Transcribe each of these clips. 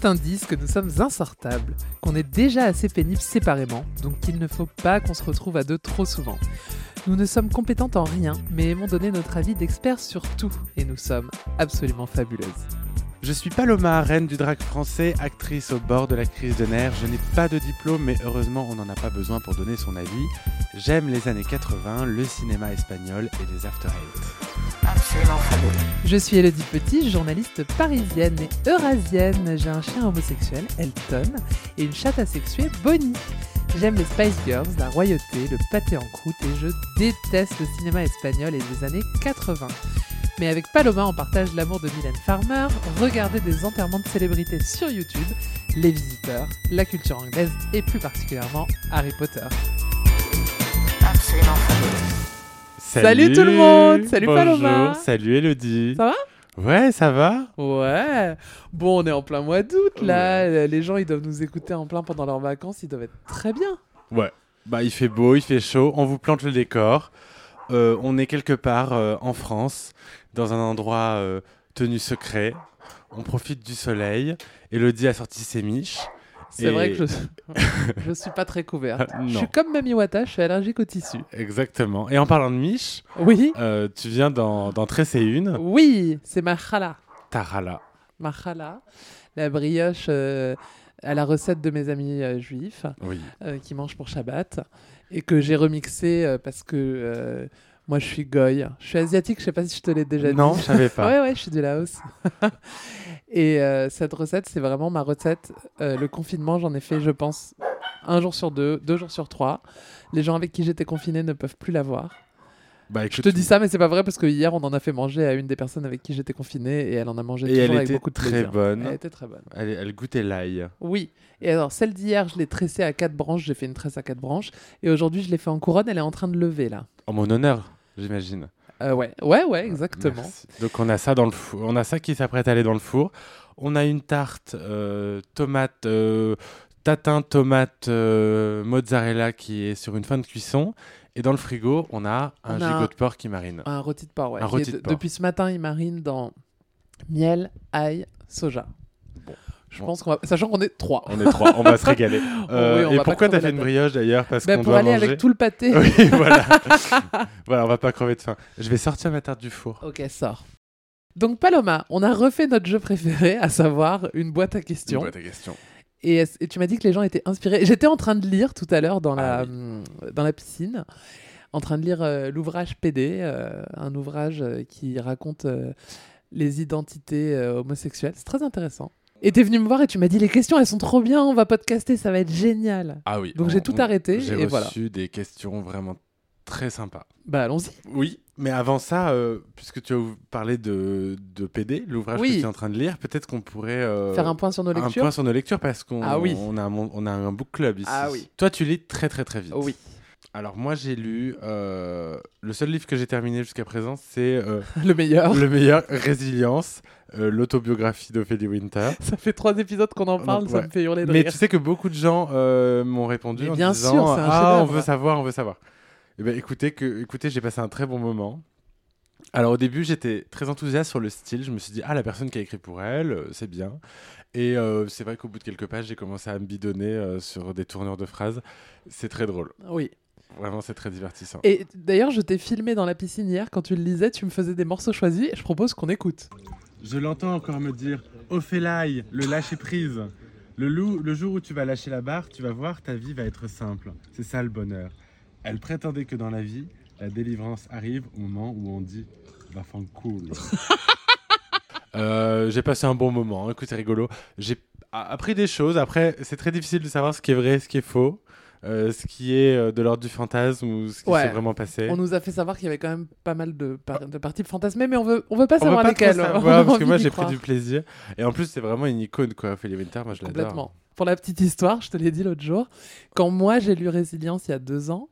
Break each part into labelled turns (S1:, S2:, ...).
S1: tout indice que nous sommes insortables, qu'on est déjà assez pénibles séparément, donc qu'il ne faut pas qu'on se retrouve à deux trop souvent. Nous ne sommes compétentes en rien, mais aimons donner notre avis d'experts sur tout, et nous sommes absolument fabuleuses.
S2: Je suis Paloma, reine du drag français, actrice au bord de la crise de nerfs. Je n'ai pas de diplôme, mais heureusement, on n'en a pas besoin pour donner son avis. J'aime les années 80, le cinéma espagnol et les after -hate.
S1: Absolument fabuleux. Je suis Elodie Petit, journaliste parisienne et eurasienne. J'ai un chien homosexuel, Elton, et une chatte asexuée, Bonnie. J'aime les Spice Girls, la royauté, le pâté en croûte et je déteste le cinéma espagnol et les années 80. Mais avec Paloma, on partage l'amour de Mylène Farmer, regarder des enterrements de célébrités sur YouTube, les visiteurs, la culture anglaise et plus particulièrement Harry Potter.
S2: Absolument
S1: Salut, salut tout le monde Salut
S2: Bonjour,
S1: Paloma
S2: Salut Elodie
S1: Ça va
S2: Ouais, ça va
S1: Ouais. Bon, on est en plein mois d'août là. Ouais. Les gens, ils doivent nous écouter en plein pendant leurs vacances. Ils doivent être très bien.
S2: Ouais. Bah, il fait beau, il fait chaud. On vous plante le décor. Euh, on est quelque part euh, en France, dans un endroit euh, tenu secret. On profite du soleil. Elodie a sorti ses miches.
S1: C'est et... vrai que je ne suis pas très couverte. Ah, je suis comme Mamie Wata, je suis allergique au tissu.
S2: Exactement. Et en parlant de miche,
S1: oui.
S2: Euh, tu viens d'en tresser une.
S1: Oui, c'est ma chala.
S2: Ta chala.
S1: Ma chala, la brioche euh, à la recette de mes amis euh, juifs euh,
S2: oui.
S1: qui mangent pour Shabbat et que j'ai remixée euh, parce que... euh, Moi, je suis goy. Je suis asiatique, je sais pas si je te l'ai déjà dit.
S2: Non, je savais pas.
S1: ouais, ouais, je suis du Laos. et euh, cette recette, c'est vraiment ma recette. Euh, le confinement, j'en ai fait, je pense, un jour sur deux, deux jours sur trois. Les gens avec qui j'étais confiné ne peuvent plus la voir.
S2: Bah, écoute,
S1: je te dis ça, mais c'est pas vrai parce que hier on en a fait manger à une des personnes avec qui j'étais confiné et elle en a mangé
S2: et elle était
S1: avec beaucoup de
S2: très
S1: plaisir.
S2: bonne.
S1: Elle était très bonne.
S2: Elle, elle goûtait l'ail.
S1: Oui. Et alors celle d'hier, je l'ai tressée à quatre branches. J'ai fait une tresse à quatre branches et aujourd'hui je l'ai fait en couronne. Elle est en train de lever là.
S2: En mon honneur, j'imagine.
S1: Euh, ouais, ouais, ouais, exactement. Merci.
S2: Donc on a ça dans le four. On a ça qui s'apprête à aller dans le four. On a une tarte euh, tomate. Euh, tatin tomate euh, mozzarella qui est sur une fin de cuisson et dans le frigo, on a un
S1: On a
S2: gigot de porc qui marine.
S1: Un rôti de porc, ouais.
S2: Un
S1: qui
S2: rôti
S1: est-
S2: de porc.
S1: Depuis ce matin, il marine dans miel, ail, soja.
S2: Bon.
S1: Je
S2: Bon.
S1: pense qu'on va... Sachant qu'on est trois.
S2: On est trois, on va se régaler. Euh,
S1: Oh Oui, on
S2: et
S1: va pas
S2: pourquoi
S1: crever
S2: t'as fait
S1: la
S2: une
S1: dalle.
S2: brioche d'ailleurs Parce
S1: Bah,
S2: qu'on
S1: pour
S2: doit
S1: aller
S2: manger.
S1: avec tout le pâté.
S2: Oui, voilà. voilà, on va pas crever de faim. Je vais sortir ma tarte du four.
S1: Ok, sort. Donc Paloma, on a refait notre jeu préféré, à savoir une boîte à questions.
S2: Ouais, ta question.
S1: Et, est-ce- et tu m'as dit que les gens étaient inspirés. J'étais en train de lire tout à l'heure dans, la,
S2: Ah
S1: hum, dans la piscine, en train de lire euh, l'ouvrage PD, euh, un ouvrage euh, qui raconte euh, les identités euh, homosexuelles. C'est très intéressant. Et t'es venu me voir et tu m'as dit les questions, elles sont trop bien, on va podcaster, ça va être génial.
S2: Ah oui.
S1: Donc j'ai tout arrêté,
S2: J'ai
S1: et
S2: reçu
S1: voilà.
S2: des questions vraiment très sympas.
S1: Bah allons-y.
S2: Oui, mais avant ça, euh, puisque tu as ou- parlé de, de PD, l'ouvrage
S1: Oui.
S2: que tu es en train de lire, peut-être qu'on pourrait euh,
S1: Faire un point sur nos
S2: un
S1: lectures.
S2: point sur nos lectures parce qu'on
S1: Ah oui.
S2: on a, un mon- on a un book club ici.
S1: Ah oui.
S2: Toi, tu lis très très très vite.
S1: Oh oui.
S2: Alors moi j'ai lu euh, le seul livre que j'ai terminé jusqu'à présent c'est euh,
S1: Le meilleur.
S2: le meilleur résilience euh, l'autobiographie d'Ophélie Winter.
S1: Ça fait trois épisodes qu'on en parle, ça
S2: Euh, ouais.
S1: me fait hurler de
S2: Mais
S1: rire.
S2: tu sais que beaucoup de gens euh, m'ont répondu
S1: Mais
S2: en
S1: bien
S2: disant
S1: sûr, c'est un
S2: ah on
S1: chef-d'œuvre.
S2: veut savoir on veut savoir. Eh ben écoutez que écoutez j'ai passé un très bon moment. Alors au début j'étais très enthousiaste sur le style je me suis dit ah la personne qui a écrit pour elle euh, c'est bien et euh, c'est vrai qu'au bout de quelques pages j'ai commencé à me bidonner euh, sur des tournures de phrases c'est très drôle
S1: Oui.
S2: vraiment c'est très divertissant.
S1: Et d'ailleurs, je t'ai filmé dans la piscine hier quand tu le lisais, tu me faisais des morceaux choisis. Je propose qu'on écoute.
S2: Je l'entends encore me dire Ophélaï, le lâcher prise. Le, loup, le jour où tu vas lâcher la barre, tu vas voir, ta vie va être simple. C'est ça le bonheur. Elle prétendait que dans la vie, la délivrance arrive au moment où on dit va fan cool. Euh, j'ai passé un bon moment, hein. écoute, c'est rigolo. J'ai a- appris des choses. Après, c'est très difficile de savoir ce qui est vrai, ce qui est faux, euh, ce qui est euh, de l'ordre du fantasme ou ce qui
S1: Ouais.
S2: s'est vraiment passé.
S1: On nous a fait savoir qu'il y avait quand même pas mal de, par- de parties fantasmées, mais on veut, on veut pas
S2: On va
S1: savoir
S2: pas trop
S1: lesquelles.
S2: savoir,
S1: On a
S2: parce que
S1: envie
S2: moi
S1: d'y
S2: j'ai
S1: croire.
S2: pris du plaisir. Et en plus, c'est vraiment une icône, quoi. Ophélie Winter, moi je l'adore.
S1: Complètement. Pour la petite histoire, je te l'ai dit l'autre jour, quand moi j'ai lu Résilience il y a deux ans,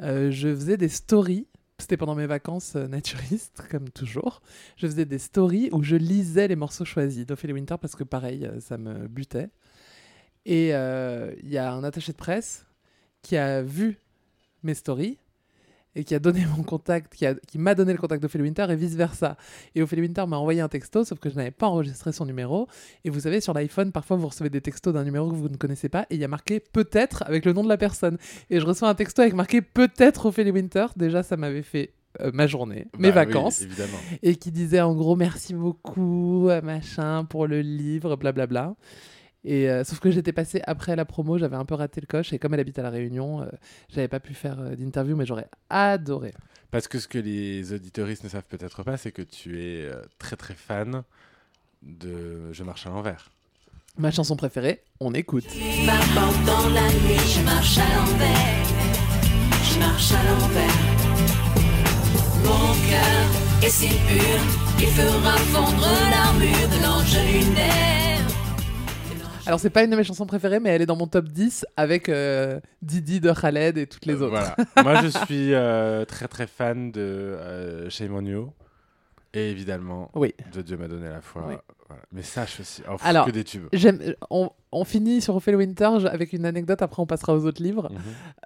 S1: euh, je faisais des stories. C'était pendant mes vacances euh, naturistes, comme toujours. Je faisais des stories où je lisais les morceaux choisis d'Ophélie Winter parce que pareil, euh, ça me butait. Et euh, il y a un attaché de presse qui a vu mes stories et qui a donné mon contact, qui, a- qui m'a donné le contact d'Ophélie Winter et vice-versa. Et Ophélie Winter m'a envoyé un texto, sauf que je n'avais pas enregistré son numéro. Et vous savez, sur l'iPhone, parfois vous recevez des textos d'un numéro que vous ne connaissez pas et il y a marqué peut-être avec le nom de la personne. Et je reçois un texto avec marqué peut-être Ophélie Winter. Déjà, ça m'avait fait euh, ma journée, mes
S2: Bah oui,
S1: vacances
S2: évidemment.
S1: et qui disait en gros merci beaucoup à machin pour le livre, blablabla. Et euh, sauf que j'étais passé après la promo, j'avais un peu raté le coche et comme elle habite à la Réunion, euh, j'avais pas pu faire euh, d'interview, mais j'aurais adoré.
S2: Parce que ce que les auditoristes ne savent peut-être pas, c'est que tu es euh, très très fan de Je marche à l'envers.
S1: Ma chanson préférée, on écoute.
S3: Ma porte dans la nuit, je marche à l'envers. Je marche à l'envers. Mon cœur est si pur qu'il fera fondre l'armure de l'ange lunaire.
S1: Alors c'est pas une de mes chansons préférées, mais elle est dans mon top 10 avec euh, Didi de Khaled et toutes les autres.
S2: Euh, Voilà. Moi, je suis euh, très très fan de euh, Shame on You. Et évidemment,
S1: Oui.
S2: de Dieu m'a donné la foi.
S1: Oui.
S2: Voilà. Mais sache aussi, oh, pff,
S1: Alors-
S2: que des tubes.
S1: J'aime, euh, on, on finit sur Ophélie Winter je- avec une anecdote, après on passera aux autres livres.
S2: Mhm.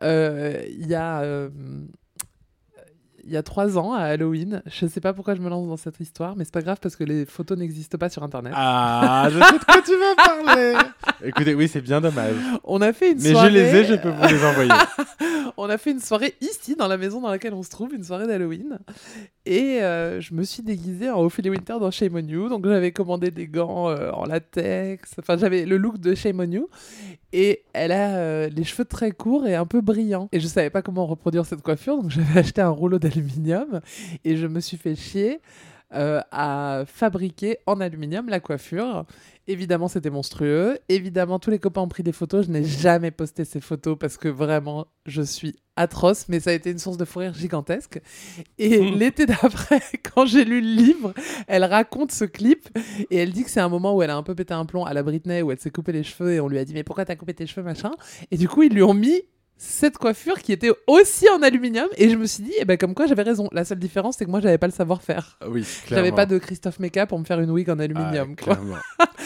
S1: Euh, il y a euh, il y a trois ans à Halloween je sais pas pourquoi je me lance dans cette histoire mais c'est pas grave parce que les photos n'existent pas sur internet
S2: Ah, je sais de quoi tu vas parler. Écoutez, oui, c'est bien dommage.
S1: on a fait une
S2: Mais
S1: soirée
S2: je les ai, je peux vous les envoyer.
S1: on a fait une soirée ici dans la maison dans laquelle on se trouve une soirée d'Halloween et euh, je me suis déguisée en Ophélie Winter dans Shame on You donc j'avais commandé des gants euh, en latex enfin j'avais le look de Shame on You et elle a euh, les cheveux très courts et un peu brillants et je savais pas comment reproduire cette coiffure donc j'avais acheté un rouleau d'aluminium et je me suis fait chier euh, à fabriquer en aluminium la coiffure. Évidemment, c'était monstrueux. Évidemment, tous les copains ont pris des photos. Je n'ai jamais posté ces photos parce que vraiment, je suis atroce, mais ça a été une source de fou rire gigantesque. Et
S2: Hmm.
S1: l'été d'après, quand j'ai lu le livre, elle raconte ce clip et elle dit que c'est un moment où elle a un peu pété un plomb à la Britney, où elle s'est coupé les cheveux et on lui a dit mais pourquoi t'as coupé tes cheveux machin. Et du coup, ils lui ont mis cette coiffure qui était aussi en aluminium et je me suis dit eh ben comme quoi j'avais raison. La seule différence c'est que moi j'avais pas le savoir-faire.
S2: Ah Oui,
S1: J'avais
S2: clairement.
S1: pas de Christophe Meka pour me faire une wig en
S2: Ah,
S1: aluminium. quoi.
S2: clairement.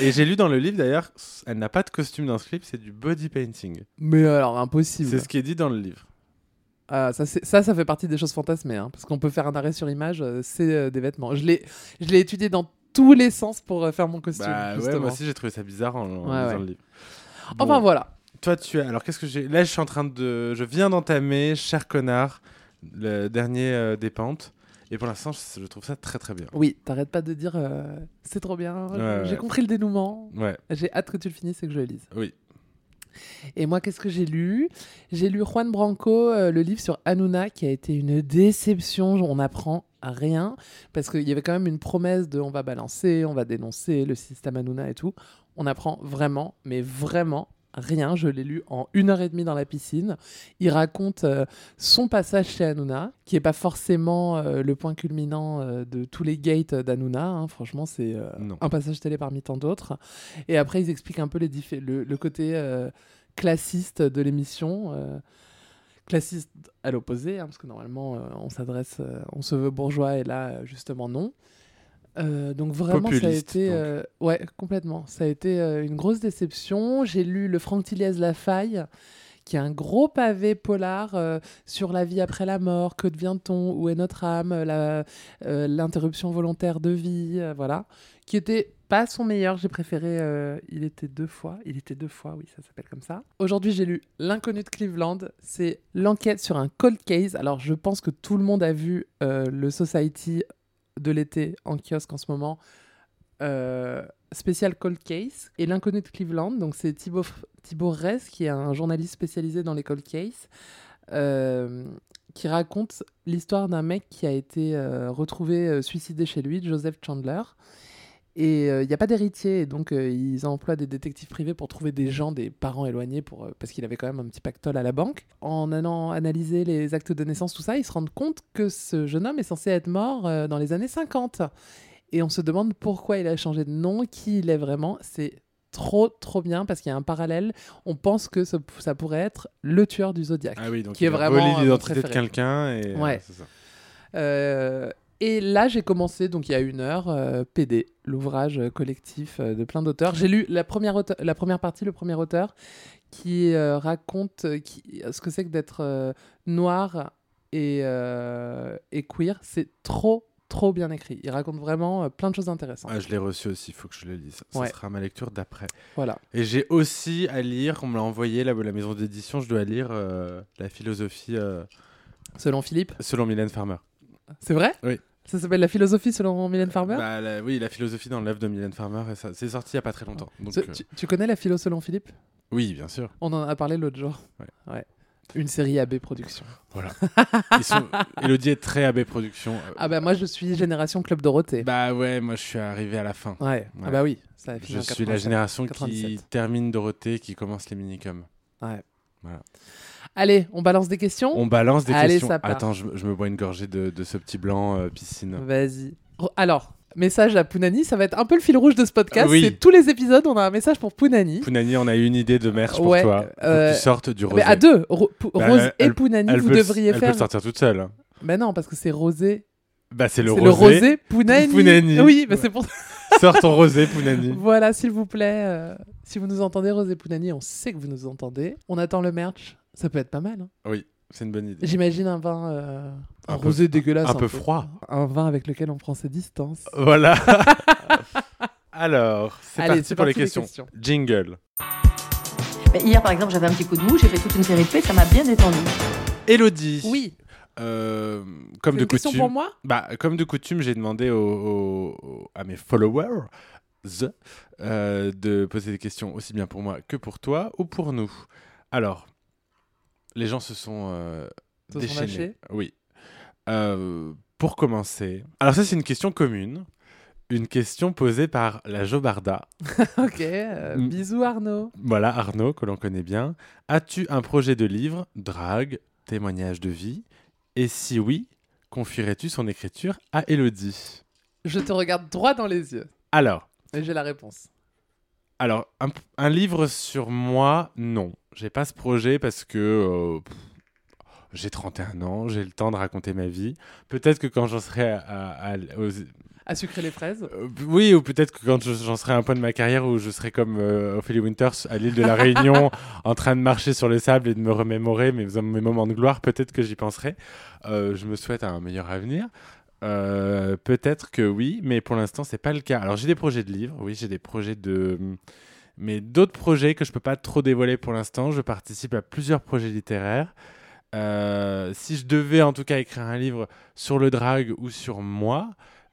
S2: Et j'ai lu dans le livre d'ailleurs, elle n'a pas de costume dans ce clip, c'est du body painting.
S1: Mais alors, impossible.
S2: C'est ce qui est dit dans le livre.
S1: Ah, ça, c'est- ça, ça fait partie des choses fantasmées. hein, parce qu'on peut faire un arrêt sur image, euh, c'est euh, des vêtements. Je l'ai je l'ai étudié dans tous les sens pour euh, faire mon costume.
S2: Bah ouais,
S1: justement.
S2: moi aussi j'ai trouvé ça bizarre en, en
S1: Ouais,
S2: lisant
S1: ouais.
S2: le livre.
S1: Enfin
S2: Bon,
S1: voilà.
S2: Toi tu as. Alors qu'est-ce que j'ai. Là je suis en train de. Je viens d'entamer, cher connard, le dernier euh, des pentes. Et pour l'instant je je trouve ça très très bien.
S1: Oui, t'arrêtes pas de dire euh, c'est trop bien,
S2: Ouais,
S1: j'ai
S2: ouais.
S1: compris le dénouement,
S2: Ouais,
S1: j'ai hâte que tu le finisses et que je le lise.
S2: oui.
S1: Et moi, qu'est-ce que j'ai lu J'ai lu Juan Branco, euh, le livre sur Hanouna, qui a été une déception. On n'apprend rien. Parce qu'il y avait quand même une promesse de on va balancer, on va dénoncer le système Hanouna et tout. On apprend vraiment, mais vraiment rien. Je l'ai lu en une heure et demie dans la piscine. Il raconte euh, son passage chez Hanouna, qui n'est pas forcément euh, le point culminant euh, de tous les gates d'Hanouna. hein. Franchement, c'est euh,
S2: Non.
S1: un passage télé parmi tant d'autres. Et après, ils expliquent un peu les diffé- le, le côté euh, classiste de l'émission. euh, classiste à l'opposé, hein, parce que normalement, euh, on s'adresse, euh, on se veut bourgeois, et là, euh, justement, non. Euh, donc vraiment, ça a
S2: Populiste,
S1: été...
S2: donc.
S1: euh, ouais, complètement. Ça a été euh, une grosse déception. J'ai lu le Franck Tilliez La Faille, qui est un gros pavé polar euh, sur la vie après la mort, que devient-on, où est notre âme, la- euh, l'interruption volontaire de vie, euh, voilà, qui était pas son meilleur, j'ai préféré euh, Il était deux fois, Il était deux fois, oui, ça s'appelle comme ça. Aujourd'hui, j'ai lu L'inconnu de Cleveland, c'est l'enquête sur un cold case. Alors, je pense que tout le monde a vu euh, le Society de l'été en kiosque en ce moment. Euh, spécial Cold Case et l'inconnu de Cleveland. Donc c'est Thibaut, F- Thibaut Rez qui est un journaliste spécialisé dans les Cold Case euh, qui raconte l'histoire d'un mec qui a été euh, retrouvé euh, suicidé chez lui, Joseph Chandler. Et euh, il n'y a pas d'héritier, et donc euh, ils emploient des détectives privés pour trouver des gens, des parents éloignés, pour, euh, parce qu'il avait quand même un petit pactole à la banque. En allant analyser les actes de naissance, tout ça, ils se rendent compte que ce jeune homme est censé être mort euh, dans les années 50. Et on se demande pourquoi il a changé de nom, qui il est vraiment. C'est trop, trop bien, parce qu'il y a un parallèle. On pense que ce- ça pourrait être le tueur du Zodiac.
S2: Ah oui, donc
S1: Qui est
S2: il a
S1: vraiment, euh, mon
S2: volé l'identité de
S1: préféré.
S2: quelqu'un et.
S1: Ouais.
S2: c'est ça.
S1: Euh, et là, j'ai commencé, donc il y a une heure, euh, PD, l'ouvrage euh, collectif euh, de plein d'auteurs. J'ai lu la première, aute- la première partie, le premier auteur, qui euh, raconte euh, qui- ce que c'est que d'être euh, noir et, euh, et queer. C'est trop, trop bien écrit. Il raconte vraiment euh, plein de choses intéressantes.
S2: Ah, je l'ai reçu aussi, il faut que je le lise. Ça
S1: Ouais.
S2: sera ma lecture d'après.
S1: Voilà.
S2: Et j'ai aussi à lire, on me l'a envoyé, la, la maison d'édition, je dois lire euh, La philosophie euh,
S1: Selon Philippe.
S2: selon Mylène Farmer.
S1: C'est vrai
S2: Oui.
S1: Ça s'appelle La philosophie selon Mylène Farmer
S2: Bah, la- oui, La philosophie dans l'œuvre de Mylène Farmer, et ça- c'est sorti il n'y a pas très longtemps. Donc,
S1: Ce-
S2: euh,
S1: tu, tu connais La philo selon Philippe
S2: Oui, bien sûr.
S1: On en a parlé l'autre jour.
S2: Ouais.
S1: Une série AB Productions.
S2: Ils sont- Elodie est très AB Production. euh,
S1: Ah bah moi je suis génération Club Dorothée.
S2: bah ouais, moi je suis arrivé à la fin.
S1: ouais. Ah bah oui. Ça a fini
S2: Je
S1: en
S2: suis la
S1: 87.
S2: génération qui
S1: 97.
S2: termine Dorothée, qui commence les minicoms.
S1: Allez, on balance des questions
S2: On balance des
S1: Allez,
S2: questions.
S1: ça part.
S2: Attends, je, je me bois une gorgée de, de ce petit blanc euh, piscine.
S1: Vas-y. Re- Alors, message à Pounani, ça va être un peu le fil rouge de ce podcast.
S2: Ah oui.
S1: C'est tous les épisodes, on a un message pour Pounani.
S2: Pounani, on a une idée de merch pour
S1: Ouais,
S2: toi.
S1: euh,
S2: Faut que tu sortes du rosé.
S1: Mais à deux, Ro- Pou-
S2: Bah,
S1: Rose
S2: elle-
S1: et
S2: elle-
S1: Pounani, vous
S2: peut le-
S1: devriez
S2: elle peut
S1: faire.
S2: le sortir toute seule. hein.
S1: Mais non, parce que c'est Rosé.
S2: Bah c'est
S1: C'est
S2: le,
S1: le Rosé Pounani.
S2: Pounani.
S1: Oui, bah
S2: Ouais.
S1: c'est pour ça.
S2: Sors ton rosé, Pounani.
S1: Voilà, s'il vous plaît, euh, si vous nous entendez, Rosé Pounani, on sait que vous nous entendez. On attend le merch. Ça peut être pas mal. hein.
S2: Oui, c'est une bonne idée.
S1: J'imagine un vin. euh, un,
S2: Un peu-
S1: rosé dégueulasse.
S2: un peu froid.
S1: Un vin avec lequel on prend ses distances.
S2: Voilà. Alors, Euh, c'est
S1: Allez,
S2: parti
S1: c'est
S2: pour les
S1: parti,
S2: questions. Jingle.
S4: Mais Hier, par exemple, j'avais un petit coup de mou, j'ai fait toute une série de faits, ça m'a bien détendu.
S2: Elodie.
S1: Oui,
S2: Euh,
S1: c'est
S2: comme de
S1: une question
S2: coutume.
S1: pour moi
S2: Bah, comme de coutume, j'ai demandé au- au- au- à mes followers the, euh, de poser des questions aussi bien pour moi que pour toi ou pour nous. Alors, les gens se sont euh,
S1: Se sont
S2: déchaînés.
S1: lâchés
S2: oui. Euh, pour commencer, alors ça c'est une question commune, une question posée par la Jobarda.
S1: Ok, euh,
S2: Mm.
S1: bisous Arnaud.
S2: Voilà Arnaud que l'on connaît bien. As-tu un projet de livre, drague, témoignage de vie Et si oui, confierais-tu son écriture à Elodie
S1: Je te regarde droit dans les yeux
S2: Alors.
S1: et j'ai la réponse.
S2: Alors, un, un livre sur moi, non. J'ai pas ce projet parce que euh, pff, j'ai 31 ans, j'ai le temps de raconter ma vie. Peut-être que quand j'en serai à, à- à- aux-
S1: À sucrer les fraises
S2: euh, oui, ou peut-être que quand je- j'en serai à un point de ma carrière où je serai comme euh, Ophélie Winters à l'île de la Réunion, en train de marcher sur le sable et de me remémorer mes, mes moments de gloire, peut-être que j'y penserai. Euh, je me souhaite un meilleur avenir. Euh, peut-être que oui, mais pour l'instant, c'est pas le cas. Alors, j'ai des projets de livres, oui, j'ai des projets de. Mais d'autres projets que je peux pas trop dévoiler pour l'instant. Je participe à plusieurs projets littéraires. Euh, si je devais en tout cas écrire un livre sur le drag ou sur moi,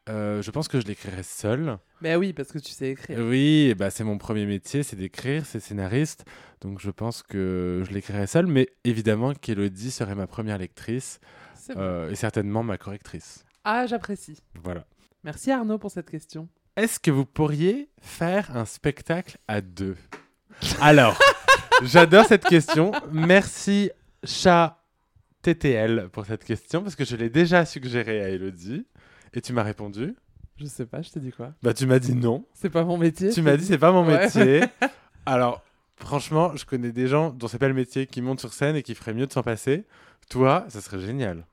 S2: euh, je pense que je l'écrirai seul.
S1: Mais oui, parce que tu sais écrire.
S2: Oui, et bah, c'est mon premier métier, c'est d'écrire, c'est scénariste. Donc je pense que je l'écrirai seul, mais évidemment qu'Elodie serait ma première lectrice
S1: C'est vrai.
S2: euh, et certainement ma correctrice.
S1: Ah, j'apprécie.
S2: Voilà.
S1: Merci Arnaud pour cette question.
S2: Est-ce que vous pourriez faire un spectacle à deux Alors, j'adore cette question. Merci, chat TTL, pour cette question, parce que je l'ai déjà suggérée à Elodie. Et tu m'as répondu
S1: Je sais pas, je t'ai dit quoi
S2: Bah, tu m'as dit non.
S1: C'est pas mon métier.
S2: Tu m'as dit c'est pas mon
S1: Ouais.
S2: métier. Alors franchement, je connais des gens dont c'est pas le métier qui montent sur scène et qui feraient mieux de s'en passer. Toi, ça serait génial.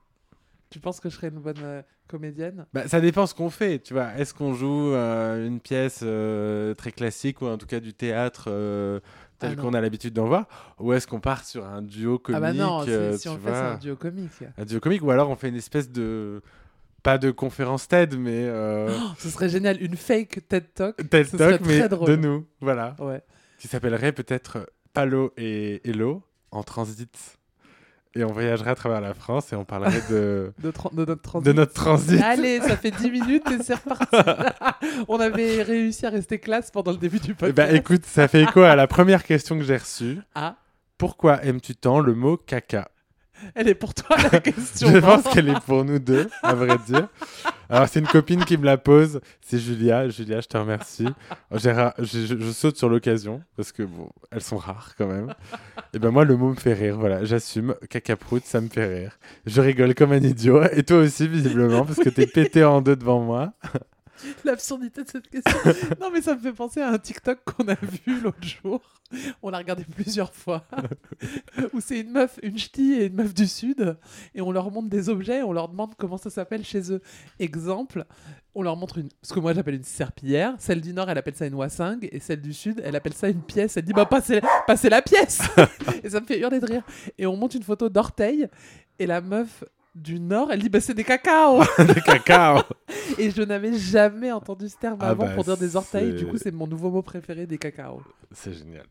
S1: Tu penses que je serais une bonne euh, comédienne
S2: Bah, ça dépend ce qu'on fait, tu vois. Est-ce qu'on joue euh, une pièce euh, très classique ou en tout cas du théâtre euh, tel
S1: Ah non.
S2: qu'on a l'habitude d'en voir Ou est-ce qu'on part sur un duo comique
S1: Ah bah non, c'est-
S2: euh,
S1: si
S2: tu
S1: on le fait, c'est
S2: vois,
S1: un duo comique.
S2: un duo comique Ou alors on fait une espèce de... Pas de conférence TED, mais... euh,
S1: Oh, ce serait génial, une fake TED Talk.
S2: TED
S1: ce serait
S2: Talk,
S1: très
S2: mais
S1: drôle.
S2: de nous. Voilà.
S1: Ouais.
S2: qui s'appellerait peut-être Palo et Hello en transit. Et on voyagerait à travers la France et on parlerait de,
S1: De, tran- de notre
S2: de
S1: transit.
S2: notre transit.
S1: Allez, ça fait 10 minutes et c'est reparti. on avait réussi à rester classe pendant le début du
S2: Eh
S1: podcast.
S2: ben, écoute, ça fait écho à la première question que j'ai reçue.
S1: Ah,
S2: Pourquoi aimes-tu tant le mot caca
S1: elle est pour toi la question.
S2: Je
S1: non
S2: pense qu'elle est pour nous deux, à vrai dire. Alors, c'est une copine qui me la pose, c'est Julia. Julia, je te remercie. J'ai ra- Je, je- je saute sur l'occasion, parce que bon, elles sont rares quand même. Et ben moi, le mot me fait rire, voilà, j'assume. Cacaproute, ça me fait rire. Je rigole comme un idiot, et toi aussi, visiblement, parce que t'es pété en deux devant moi.
S1: L'absurdité de cette question. non, mais ça me fait penser à un TikTok qu'on a vu l'autre jour. On l'a regardé plusieurs fois. où c'est une meuf, une ch'ti et une meuf du Sud. Et on leur montre des objets et on leur demande comment ça s'appelle chez eux. Exemple, on leur montre une, ce que moi j'appelle une serpillière. Celle du Nord, elle appelle ça une wassing. Et celle du Sud, elle appelle ça une pièce. Elle dit, bah, passez, passez la pièce. et ça me fait hurler de rire. Et on monte une photo d'orteil. Et la meuf du Nord, elle dit bah, c'est des cacaos
S2: Des hein. cacao.
S1: Et je n'avais jamais entendu ce terme
S2: Ah
S1: avant
S2: bah,
S1: pour dire des orteils.
S2: c'est-
S1: Du coup, c'est mon nouveau mot préféré des cacaos.
S2: C'est génial.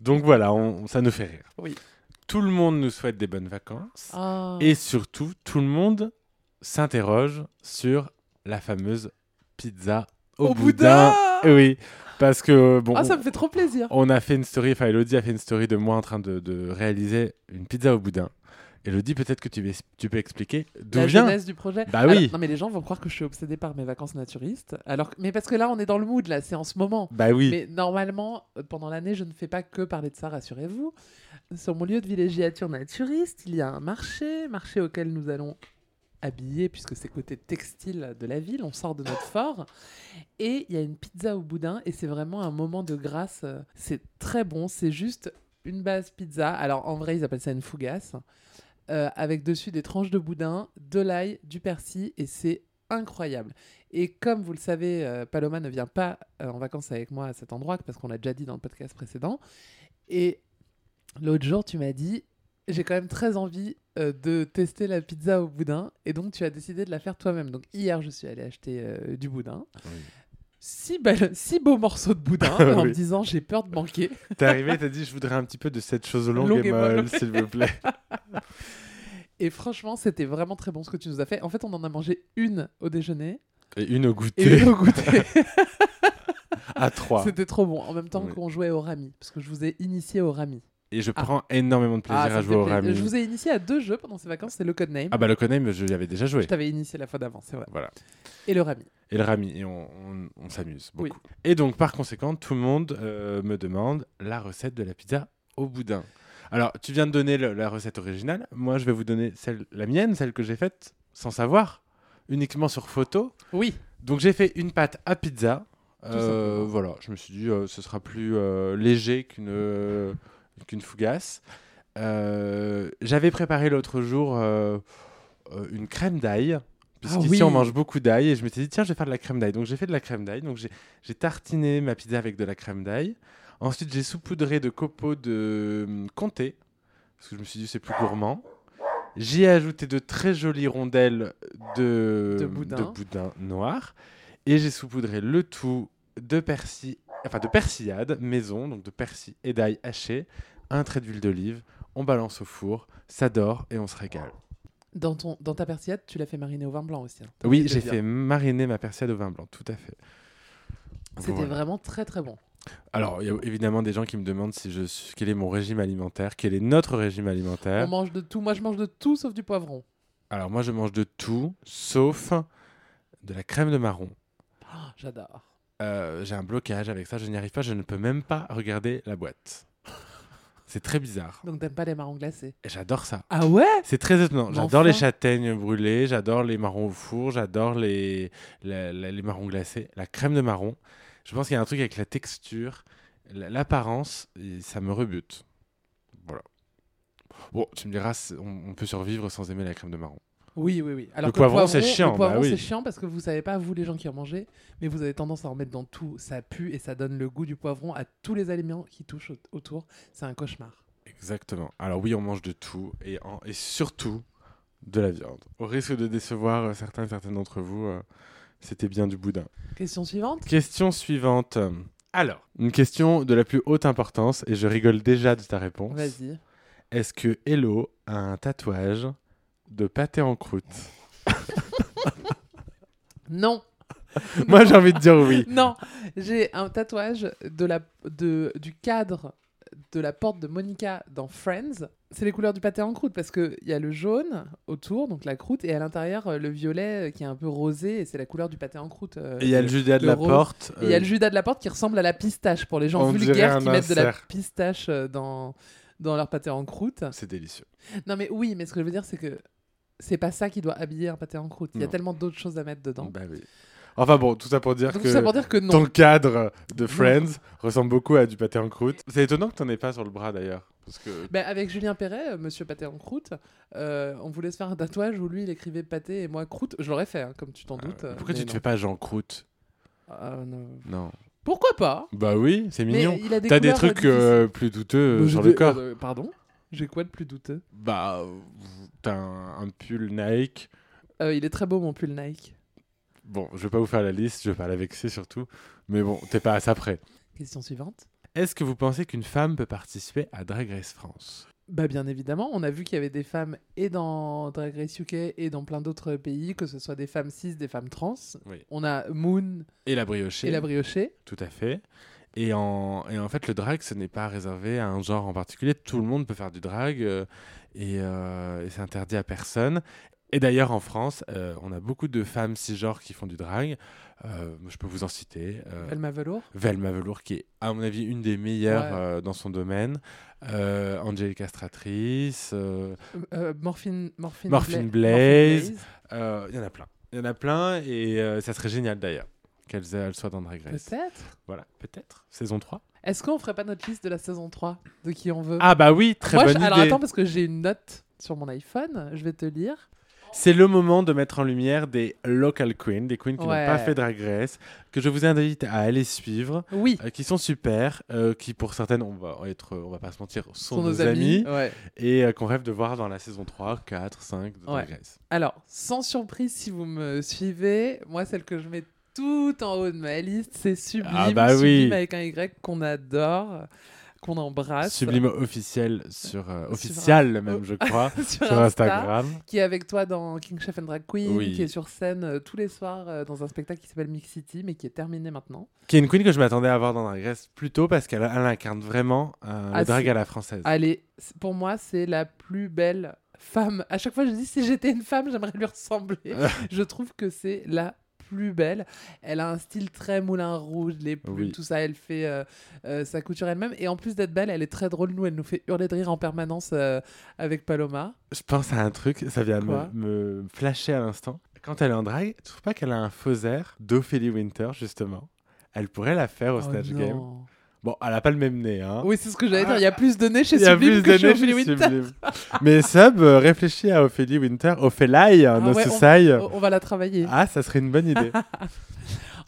S2: Donc voilà, on- ça nous fait rire.
S1: Oui.
S2: Tout le monde nous souhaite des bonnes vacances.
S1: Ah.
S2: Et surtout, tout le monde s'interroge sur la fameuse pizza au, boudin. Eh euh, Oui, parce que bon,
S1: Ah, ça me fait trop plaisir.
S2: on a fait une story, enfin Elodie a fait une story de moi en train de, de réaliser une pizza au boudin. Elodie, peut-être que tu, vais- tu peux expliquer d'où
S1: La
S2: vient.
S1: jeunesse du projet.
S2: Bah
S1: Alors-
S2: oui.
S1: non, mais les gens vont croire que je suis obsédée par mes vacances naturistes. Alors, que- mais parce que là, on est dans le mood, là, c'est en ce moment.
S2: Bah oui.
S1: Mais normalement, euh, pendant l'année, je ne fais pas que parler de ça, rassurez-vous. Sur mon lieu de villégiature naturiste, il y a un marché, marché auquel nous allons habiller, puisque c'est côté textile de la ville, on sort de notre fort. Et il y a une pizza au boudin, et c'est vraiment un moment de grâce. euh, C'est très bon, c'est juste une base pizza. Alors en vrai, ils appellent ça une fougasse, euh, avec dessus des tranches de boudin, de l'ail, du persil, et c'est incroyable. Et comme vous le savez, euh, Paloma ne vient pas euh, en vacances avec moi à cet endroit, parce qu'on l'a déjà dit dans le podcast précédent. Et l'autre jour, tu m'as dit, j'ai quand même très envie euh, de tester la pizza au boudin, et donc tu as décidé de la faire toi-même. Donc hier, je suis allée acheter euh, du boudin.
S2: Oui.
S1: Six, belles- six beaux morceaux de boudin, en
S2: Oui.
S1: me disant, j'ai peur de manquer.
S2: T'es arrivé, t'as dit je voudrais un petit peu de cette chose longue,
S1: Longue
S2: et
S1: et molle,
S2: molle,
S1: ouais.
S2: s'il vous plaît.
S1: Et franchement, c'était vraiment très bon ce que tu nous as fait. En fait, on en a mangé une au déjeuner
S2: Et une au
S1: et
S2: goûter
S1: une au goûter.
S2: à trois.
S1: c'était trop bon. En même temps
S2: Oui.
S1: qu'on jouait au rami, parce que je vous ai initié au rami.
S2: Et je prends énormément de plaisir
S1: Ah, ça
S2: à
S1: me
S2: jouer
S1: fait
S2: au
S1: plaisir.
S2: rami.
S1: Je vous ai initié à deux jeux pendant ces vacances, c'est le codename.
S2: Ah bah le connais, mais je l'avais déjà joué.
S1: Je t'avais initié la fois d'avant, c'est vrai.
S2: Voilà.
S1: Et le rami.
S2: Et le rami, et on, on- on s'amuse
S1: Oui.
S2: beaucoup. Et donc, par conséquent, tout le monde euh, me demande la recette de la pizza au boudin. Alors, tu viens de donner le- la recette originale. Moi, je vais vous donner celle, la mienne, celle que j'ai faite sans savoir, uniquement sur photo.
S1: Oui.
S2: Donc, j'ai fait une pâte à pizza. Euh,
S1: simplement.
S2: voilà, je me suis dit, euh, ce sera plus euh, léger qu'une euh, qu'une fougasse. Euh, J'avais préparé l'autre jour euh, euh, une crème d'ail. Puisqu'ici,
S1: Ah oui.
S2: on mange beaucoup d'ail. Et je m'étais dit, tiens, je vais faire de la crème d'ail. Donc, j'ai fait de la crème d'ail. Donc, j'ai- j'ai tartiné ma pizza avec de la crème d'ail. Ensuite, j'ai saupoudré de copeaux de hum, comté. Parce que je me suis dit, c'est plus gourmand. J'y ai ajouté de très jolies rondelles de,
S1: De boudin.
S2: boudin noir. Et j'ai saupoudré le tout de persil, enfin de persillade maison, donc de persil et d'ail haché, un trait d'huile d'olive, on balance au four, ça dort et on se régale.
S1: Dans, ton, dans ta persillade, tu l'as fait mariner au vin blanc aussi. hein. T'as oublié
S2: Oui,
S1: de
S2: j'ai
S1: dire.
S2: fait mariner ma persillade au vin blanc, tout à fait.
S1: C'était
S2: Voilà.
S1: vraiment très très bon.
S2: Alors, il y a évidemment des gens qui me demandent si je suis- quel est mon régime alimentaire, quel est notre régime alimentaire.
S1: On mange de tout. Moi, je mange de tout sauf du poivron.
S2: Alors, moi, je mange de tout, sauf de la crème de marron.
S1: Ah, J'adore.
S2: Euh, j'ai un blocage avec ça, je n'y arrive pas, je ne peux même pas regarder la boîte. C'est très bizarre.
S1: Donc, t'aimes pas les marrons glacés
S2: Et J'adore ça.
S1: Ah ouais
S2: C'est très étonnant.
S1: Mais
S2: J'adore les
S1: enfin.
S2: châtaignes brûlées, j'adore les marrons au four, j'adore les, la- la- les marrons glacés, la crème de marron. Je pense qu'il y a un truc avec la texture, la- l'apparence, et ça me rebute. Voilà. Bon, tu me diras, c'est- on, on peut survivre sans aimer la crème de marron.
S1: Oui, oui, oui. Alors
S2: Le
S1: que
S2: poivron, c'est chiant,
S1: Le poivron,
S2: bah oui.
S1: c'est chiant parce que vous savez pas, vous les gens qui en mangez, mais vous avez tendance à en mettre dans tout. Ça pue et ça donne le goût du poivron à tous les aliments qui touchent au- autour. C'est un cauchemar.
S2: Exactement. Alors oui, on mange de tout, et, en- et surtout de la viande. Au risque de décevoir euh, certains et certaines d'entre vous, euh, c'était bien du boudin.
S1: Question suivante
S2: Question suivante. Alors, une question de la plus haute importance, et je rigole déjà de ta réponse.
S1: Vas-y.
S2: Est-ce que Hello a un tatouage de pâté en croûte
S1: Non
S2: Moi, j'ai envie de dire oui.
S1: Non, j'ai un tatouage de la, de, du cadre de la porte de Monica dans Friends. C'est les couleurs du pâté en croûte parce qu'il y a le jaune autour, donc la croûte, et à l'intérieur euh, le violet euh, qui est un peu rosé, et c'est la couleur du pâté en croûte. euh,
S2: Et il y a le Judas de
S1: le
S2: la
S1: rose.
S2: porte.
S1: et il y a
S2: euh,
S1: le Judas de la porte qui ressemble à la pistache pour les gens
S2: On dirait
S1: vulgaires
S2: un
S1: qui mettent de la
S2: insert.
S1: pistache euh, dans, dans leur pâté en croûte.
S2: C'est délicieux.
S1: Non mais oui, mais ce que je veux dire c'est que c'est pas ça qui doit habiller un pâté en croûte. Il y a
S2: Non.
S1: tellement d'autres choses à mettre dedans.
S2: Bah oui. Enfin bon, tout ça pour dire
S1: donc
S2: que
S1: ça pour dire que non.
S2: ton cadre de Friends ressemble beaucoup à du pâté en croûte. C'est étonnant que t'en aies pas sur le bras d'ailleurs. Parce que.
S1: Ben, avec Julien Perret, euh, Monsieur Pâté en croûte, euh, on voulait se faire un tatouage où lui il écrivait pâté et moi croûte. Je l'aurais fait, hein, comme tu t'en doutes. euh,
S2: Pourquoi
S1: mais
S2: tu te
S1: non.
S2: fais pas Jean Croûte
S1: Ah, non.
S2: Non.
S1: Pourquoi pas
S2: Bah oui, c'est mignon.
S1: Mais il a des,
S2: T'as des
S1: couleurs,
S2: trucs
S1: euh,
S2: euh, plus douteux euh,
S1: difficiles.
S2: sur
S1: Je
S2: le
S1: dé-
S2: corps.
S1: euh, pardon J'ai quoi de plus douteux
S2: Bah, euh, t'as un, un pull Nike.
S1: Euh, Il est très beau mon pull Nike.
S2: Bon, je vais pas vous faire la liste, je vais pas la vexer surtout. Mais bon, t'es pas à ça près.
S1: Question suivante.
S2: Est-ce que vous pensez qu'une femme peut participer à Drag Race France
S1: Bah bien évidemment, on a vu qu'il y avait des femmes et dans Drag Race UK et dans plein d'autres pays, que ce soit des femmes cis, des femmes trans.
S2: Oui.
S1: On a Moon
S2: Et la briochée.
S1: et la briochée.
S2: Tout à fait. Et en, et en fait, le drag, ce n'est pas réservé à un genre en particulier. Tout le monde peut faire du drag euh, et, euh, et c'est interdit à personne. Et d'ailleurs, en France, euh, on a beaucoup de femmes cisgenres qui font du drag. Euh, je peux vous en citer. euh,
S1: Velma Velour.
S2: Velma Velour, qui est, à mon avis, une des meilleures
S1: Ouais.
S2: euh, dans son domaine. Euh, Angelica Stratrice. euh,
S1: Euh, Morphine, Morphine,
S2: Morphine
S1: Bla-
S2: Blaze.
S1: Morphine
S2: euh, Il y en a plein. Il y en a plein et euh, ça serait génial d'ailleurs qu'elles elles soient dans Drag Race.
S1: Peut-être.
S2: Voilà, peut-être. Saison 3.
S1: Est-ce qu'on ferait pas notre liste de la saison 3 de qui on veut
S2: Ah bah oui, très
S1: Moi,
S2: bonne
S1: je-
S2: idée.
S1: Alors attends, parce que j'ai une note sur mon iPhone, je vais te lire.
S2: C'est le moment de mettre en lumière des local queens, des queens qui
S1: Ouais.
S2: n'ont pas fait Drag Race, que je vous invite à aller suivre,
S1: Oui,
S2: euh, qui sont super, euh, qui pour certaines, on va être, on va pas se mentir, sont,
S1: sont
S2: nos, amis,
S1: Ouais.
S2: et euh, qu'on rêve de voir dans la saison 3, 4, 5 de Drag Race.
S1: Alors, sans surprise, si vous me suivez, moi, celle que je mets tout en haut de ma liste, c'est Sublime.
S2: Ah bah oui.
S1: Sublime avec un Y qu'on adore, qu'on embrasse.
S2: Sublime officiel sur, euh,
S1: Ah, Sur
S2: officiel même, je crois,
S1: sur
S2: sur
S1: Insta,
S2: Instagram.
S1: Qui est avec toi dans King Chef and Drag Queen,
S2: Oui.
S1: qui est sur scène euh, tous les soirs euh, dans un spectacle qui s'appelle Mix City, mais qui est terminé maintenant.
S2: Qui est une queen que je m'attendais à voir dans Drag Race plus tôt parce qu'elle elle incarne vraiment euh,
S1: Ah,
S2: le drag
S1: si.
S2: à la française.
S1: Allez, c'est- pour moi, c'est la plus belle femme. À chaque fois, je dis si j'étais une femme, j'aimerais lui ressembler.
S2: Ah.
S1: je trouve que c'est la plus belle. Elle a un style très moulin rouge, les plumes,
S2: Oui.
S1: tout ça. Elle fait euh, euh, sa couture elle-même. Et en plus d'être belle, elle est très drôle. Nous, elle nous fait hurler de rire en permanence euh, avec Paloma.
S2: Je pense à un truc, ça vient
S1: Quoi
S2: me, me flasher à l'instant. Quand elle est en drague, tu trouves pas qu'elle a un faux air d'Ophélie Winter, justement Elle pourrait la faire au
S1: Oh
S2: Snatch
S1: non. Ah.
S2: Game. Bon, elle a pas le même nez, hein.
S1: Oui, c'est ce que j'allais dire. Il y a plus de nez chez
S2: Il y a
S1: Sublime
S2: plus
S1: que
S2: de
S1: chez
S2: nez
S1: Ophélie
S2: chez
S1: Winter.
S2: Sublime. Mais Sub, euh, réfléchis à Ophélie Winter, Ophélie, hein,
S1: Ah
S2: nos
S1: ouais, on-
S2: soussailles.
S1: On on va la travailler.
S2: Ah, ça serait une bonne idée.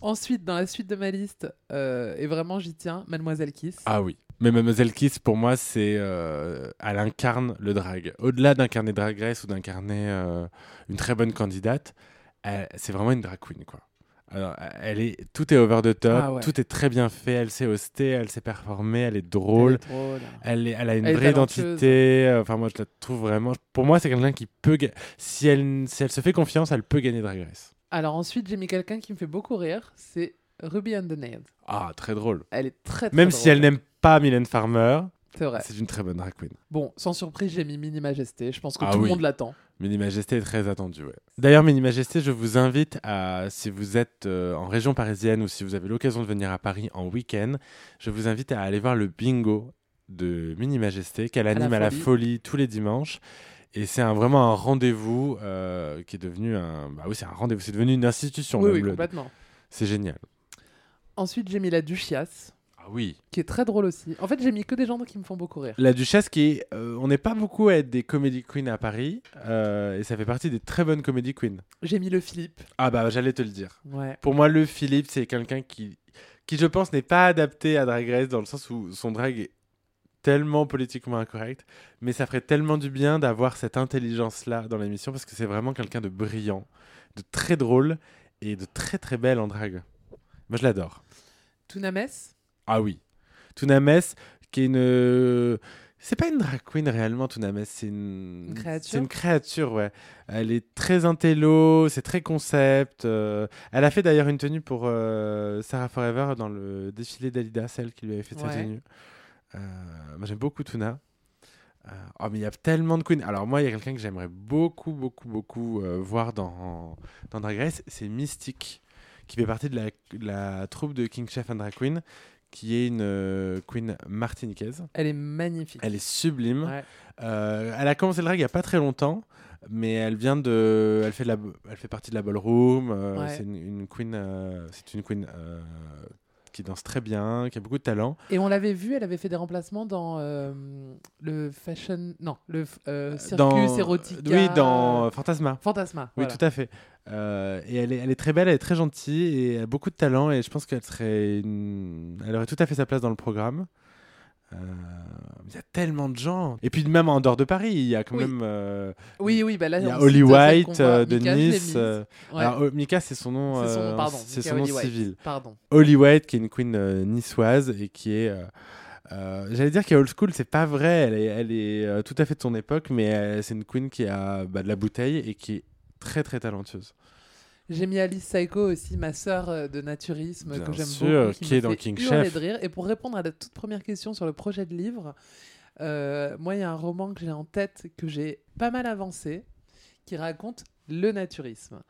S1: Ensuite, dans la suite de ma liste, euh, et vraiment j'y tiens, Mademoiselle Kiss.
S2: ah oui. Mais Mademoiselle Kiss, pour moi, c'est. euh, elle incarne le drag. Au-delà d'incarner Drag Race ou d'incarner euh, une très bonne candidate, elle- c'est vraiment une drag queen, quoi. Alors, elle est, tout est over the top,
S1: Ah ouais.
S2: tout est très bien fait, elle sait hoster, elle sait performer, elle est
S1: Elle est
S2: drôle,
S1: drôle.
S2: elle, est- elle a une
S1: Elle est
S2: vraie
S1: talentueuse.
S2: identité. euh, Enfin, moi, je la trouve vraiment. Pour moi, c'est quelqu'un qui peut. ga- Si elle, si elle se fait confiance, elle peut gagner Drag Race.
S1: Alors ensuite, j'ai mis quelqu'un qui me fait beaucoup rire, c'est Ruby and the Nail.
S2: Ah, très drôle.
S1: Elle est très très
S2: Même si
S1: drôle.
S2: elle n'aime pas Mylène Farmer,
S1: C'est vrai.
S2: c'est une très bonne drag queen.
S1: Bon, sans surprise, j'ai mis Mini Majesté. Je pense que
S2: Ah
S1: tout le
S2: oui.
S1: monde l'attend.
S2: Mini Majesté est très attendu, ouais. D'ailleurs, Mini Majesté, je vous invite à, si vous êtes euh, en région parisienne ou si vous avez l'occasion de venir à Paris en week-end, je vous invite à aller voir le bingo de Mini Majesté qu'elle
S1: la
S2: anime à la
S1: folie.
S2: folie tous les dimanches. Et c'est un- vraiment un rendez-vous euh, qui est devenu un. Bah oui, c'est un rendez-vous, c'est devenu une institution.
S1: Oui,
S2: même,
S1: oui,
S2: le-
S1: complètement.
S2: C'est génial.
S1: Ensuite, j'ai mis la Duchias,
S2: Ah oui.
S1: qui est très drôle aussi. En fait, j'ai mis que des gens qui me font beaucoup rire.
S2: La Duchesse, qui est. euh, on n'est pas beaucoup à être des comedy queens à Paris, euh, et ça fait partie des très bonnes comedy queens.
S1: J'ai mis le Philippe.
S2: Ah bah, j'allais te le dire.
S1: Ouais.
S2: Pour moi, le Philippe, c'est quelqu'un qui, qui, je pense, n'est pas adapté à Drag Race dans le sens où son drag est tellement politiquement incorrect, mais ça ferait tellement du bien d'avoir cette intelligence-là dans l'émission parce que c'est vraiment quelqu'un de brillant, de très drôle et de très très belle en drague. Moi, je l'adore.
S1: Tounames
S2: Ah oui. Tounames, qui est une. C'est pas une drag queen réellement, Tounames, c'est une...
S1: Une créature
S2: C'est une créature, ouais. Elle est très intello, c'est très concept. euh, Elle a fait d'ailleurs une tenue pour euh, Sarah Forever dans le défilé d'Alida, celle qui lui avait fait sa
S1: Ouais.
S2: tenue. Euh, Moi, j'aime beaucoup Tuna. Euh, oh, mais il y a tellement de queens. Alors, moi, il y a quelqu'un que j'aimerais beaucoup, beaucoup, beaucoup euh, voir dans, dans Drag Race, c'est Mystique, qui fait partie de la, de la troupe de King Chef and Drag Queen, qui est une euh, queen martiniquaise.
S1: elle est magnifique.
S2: Elle est sublime.
S1: Ouais.
S2: Euh, elle a commencé le drag il n'y a pas très longtemps, mais elle vient de. Elle fait, de la... elle fait partie de la ballroom. euh,
S1: Ouais.
S2: C'est une, une queen, euh, c'est une queen euh, qui danse très bien, qui a beaucoup de talent.
S1: Et on l'avait vue, elle avait fait des remplacements dans euh, le fashion. Non, le f- euh, circus
S2: dans...
S1: érotique.
S2: Oui, dans Fantasma.
S1: Fantasma.
S2: Oui, tout à fait. Euh, et elle est, elle est très belle, elle est très gentille et elle a beaucoup de talent. Et je pense qu'elle serait une- elle aurait tout à fait sa place dans le programme. Euh, Il y a tellement de gens. Et puis même en dehors de Paris, il y a quand
S1: Oui.
S2: même. euh,
S1: Oui, oui, bah là,
S2: il y a
S1: on cite
S2: Holly
S1: celle qu'on
S2: White
S1: voit,
S2: euh, de
S1: Mika
S2: Nice.
S1: Zemis.
S2: euh,
S1: Ouais,
S2: alors, euh, Mika, c'est son nom.
S1: c'est son nom,
S2: euh,
S1: pardon.
S2: C'est
S1: Mika
S2: son nom
S1: Holly White,
S2: civil.
S1: Pardon.
S2: Holly White, qui est une queen euh, niçoise et qui est. euh, euh, J'allais dire qu'elle est old school, c'est pas vrai. Elle est, elle est euh, tout à fait de son époque, mais euh, c'est une queen qui a bah, de la bouteille et qui est très très talentueuse.
S1: J'ai mis Alice Psycho aussi, ma sœur euh, de naturisme
S2: Bien
S1: que j'aime
S2: sûr,
S1: beaucoup,
S2: qui
S1: me
S2: est dans
S1: fait
S2: King
S1: hurler
S2: Chef.
S1: de rire. Et pour répondre à la toute première question sur le projet de livre, euh, moi, il y a un roman que j'ai en tête que j'ai pas mal avancé, qui raconte le naturisme.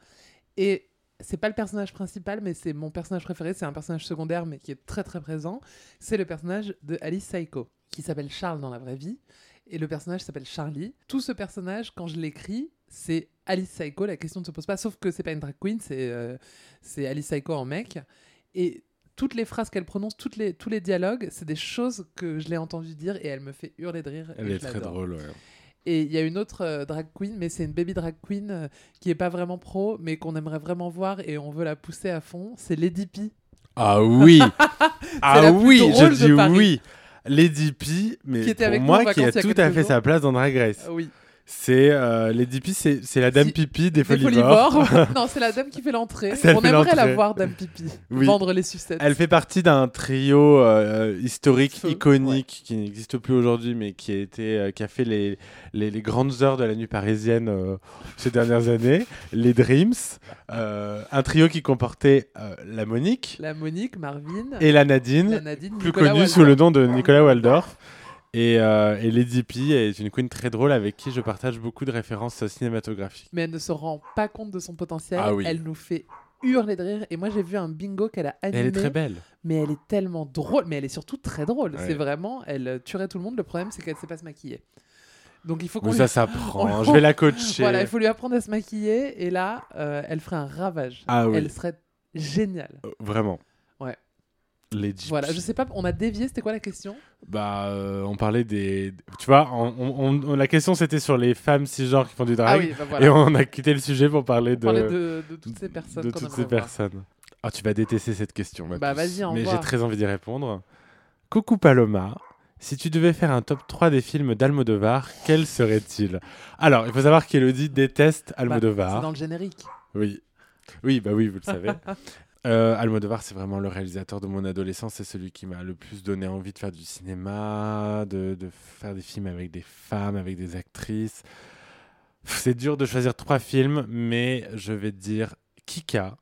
S1: Et c'est pas le personnage principal, mais c'est mon personnage préféré. C'est un personnage secondaire, mais qui est très très présent. C'est le personnage de Alice Psycho, qui s'appelle Charles dans la vraie vie. Et le personnage s'appelle Charlie. Tout ce personnage, quand je l'écris, c'est Alice Psycho. La question ne se pose pas, sauf que c'est pas une drag queen, c'est euh, c'est Alice Psycho en mec. Et toutes les phrases qu'elle prononce, toutes les, tous les dialogues, c'est des choses que je l'ai entendu dire et elle me fait hurler de rire.
S2: Elle
S1: et
S2: est
S1: je
S2: très
S1: l'adore.
S2: drôle. ouais.
S1: Et il y a une autre euh, drag queen, mais c'est une baby drag queen euh, qui est pas vraiment pro, mais qu'on aimerait vraiment voir et on veut la pousser à fond. C'est Lady P.
S2: Ah oui
S1: la
S2: Ah
S1: plus
S2: oui
S1: drôle de
S2: Je dis
S1: Paris.
S2: oui Lady P, mais
S1: Qui était
S2: pour
S1: avec nous en
S2: moi, qui a
S1: vacances il y a
S2: tout à
S1: quelques
S2: fait
S1: jours. Ah
S2: sa place dans Drag Race.
S1: Oui.
S2: C'est euh, Lady P, c'est c'est la dame
S1: Si-
S2: pipi des,
S1: Des
S2: folivores.
S1: folivores. non, c'est la dame qui fait l'entrée.
S2: C'est elle
S1: On
S2: fait
S1: aimerait la
S2: l'entrée.
S1: voir, dame Pipi.
S2: Oui.
S1: Vendre les sucettes.
S2: Elle fait partie d'un trio euh, historique,
S1: Feu,
S2: iconique, qui n'existe plus aujourd'hui, mais qui a, été, euh, qui a fait les, les, les grandes heures de la nuit parisienne euh, ces dernières années, les Dreams. Euh, un trio qui comportait euh, la Monique
S1: La Monique, Marvin,
S2: et la Nadine,
S1: la Nadine,
S2: plus
S1: Nicolas
S2: connue sous
S1: Walter.
S2: le nom de Nicolas Waldorf. Et, euh, et Lady P est une queen très drôle avec qui je partage beaucoup de références euh, cinématographiques.
S1: Mais elle ne se rend pas compte de son potentiel.
S2: Ah oui.
S1: Elle nous fait hurler de rire. Et moi, j'ai vu un bingo qu'elle a animé.
S2: Elle est très belle.
S1: mais elle est tellement drôle, mais elle est surtout très drôle.
S2: Ouais.
S1: C'est vraiment, elle euh, tuerait tout le monde. Le problème, c'est qu'elle sait pas se maquiller. Donc il faut qu'on
S2: Mais
S1: lui...
S2: ça s'apprend.
S1: on
S2: hein.
S1: le-
S2: Je vais la coacher.
S1: voilà, il faut lui apprendre à se maquiller. Et là, euh, elle ferait un ravage.
S2: Ah oui,
S1: Elle serait géniale.
S2: euh, vraiment.
S1: Ouais.
S2: Lady
S1: Voilà,
S2: P.
S1: je sais pas, on a dévié. C'était quoi la question
S2: Bah, euh, on parlait des. Tu vois, on- on- on- la question c'était sur les femmes cisgenres qui font du drag.
S1: Ah oui, bah voilà.
S2: Et on a quitté le sujet pour
S1: On
S2: parler de.
S1: parlait de, de toutes ces personnes.
S2: de
S1: qu'on
S2: toutes
S1: aimerait
S2: ces
S1: voir.
S2: personnes. Ah, tu vas détester cette question.
S1: Bah,
S2: Mathis.
S1: vas-y, au
S2: Mais j'ai
S1: revoir.
S2: très envie d'y répondre. Coucou Paloma. Si tu devais faire un top 3 des films d'Almodovar, quel serait-il Alors, il faut savoir qu'Elodie déteste
S1: Bah, C'est
S2: Almodovar.
S1: dans le générique.
S2: Oui. Oui, bah oui, vous le savez. Euh, Almodovar, c'est vraiment le réalisateur de mon adolescence. C'est celui qui m'a le plus donné envie de faire du cinéma, de, de faire des films avec des femmes, avec des actrices. Pff, C'est dur de choisir trois films, mais je vais dire Kika,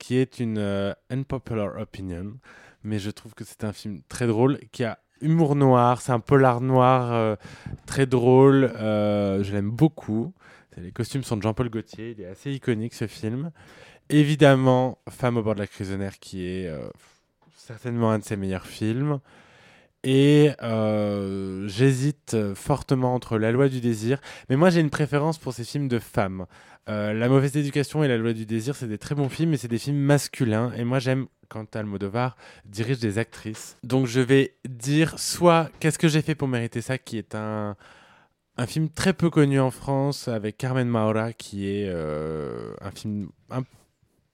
S2: qui est une euh, unpopular opinion. Mais je trouve que c'est un film très drôle, qui a humour noir, c'est un polar noir euh, très drôle. euh, je l'aime beaucoup. Les costumes sont de Jean-Paul Gaultier, il est assez iconique ce film. Évidemment, Femme au bord de la prisonnière, qui est euh, certainement un de ses meilleurs films. Et euh, j'hésite euh, fortement entre La loi du désir, mais moi j'ai une préférence pour ces films de femmes. Euh, la mauvaise éducation et La loi du désir, c'est des très bons films, mais c'est des films masculins. Et moi j'aime quand Almodovar dirige des actrices. Donc je vais dire soit Qu'est-ce que j'ai fait pour mériter ça, qui est un, un film très peu connu en France avec Carmen Maura, qui est euh, un film un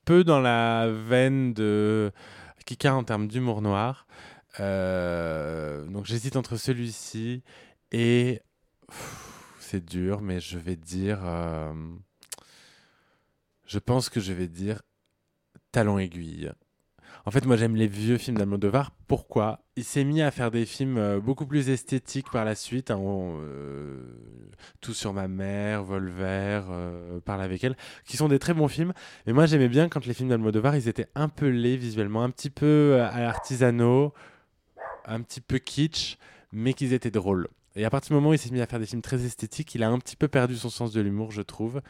S2: peu dans la veine de Kika en termes d'humour noir. Euh, donc j'hésite entre celui-ci et. Pff, C'est dur, mais je vais dire. euh, Je pense que je vais dire Talon aiguille. En fait, moi, j'aime les vieux films d'Almodovar. Pourquoi Il s'est mis à faire des films euh, beaucoup plus esthétiques par la suite. hein, on, euh, Tout sur ma mère, Volver, euh, Parle avec elle, qui sont des très bons films. Mais moi, j'aimais bien quand les films d'Almodovar, ils étaient un peu laids visuellement, un petit peu euh, à l'artisanaux, un petit peu kitsch, mais qu'ils étaient drôles. Et à partir du moment où il s'est mis à faire des films très esthétiques, il a un petit peu perdu son sens de l'humour, je trouve.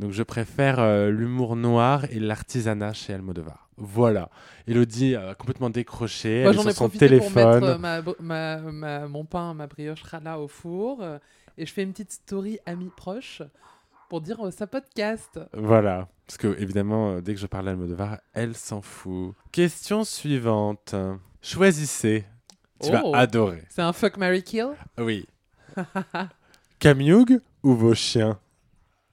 S2: Donc je préfère euh, l'humour noir et l'artisanat chez Almodovar. Voilà. Elodie a complètement décroché,
S1: Moi,
S2: elle est
S1: j'en ai
S2: sur son
S1: profité pour
S2: téléphone.
S1: mettre euh, ma, br- ma- ma- mon pain, ma brioche rala au four. euh, et je fais une petite story amis proches pour dire euh, ça podcast.
S2: Voilà. Parce que, évidemment, euh, dès que je parle à Almodovar, elle s'en fout. Question suivante. Choisissez. Tu vas
S1: Oh.
S2: adorer.
S1: C'est un fuck Mary Kill.
S2: Oui. Camioug ou vos chiens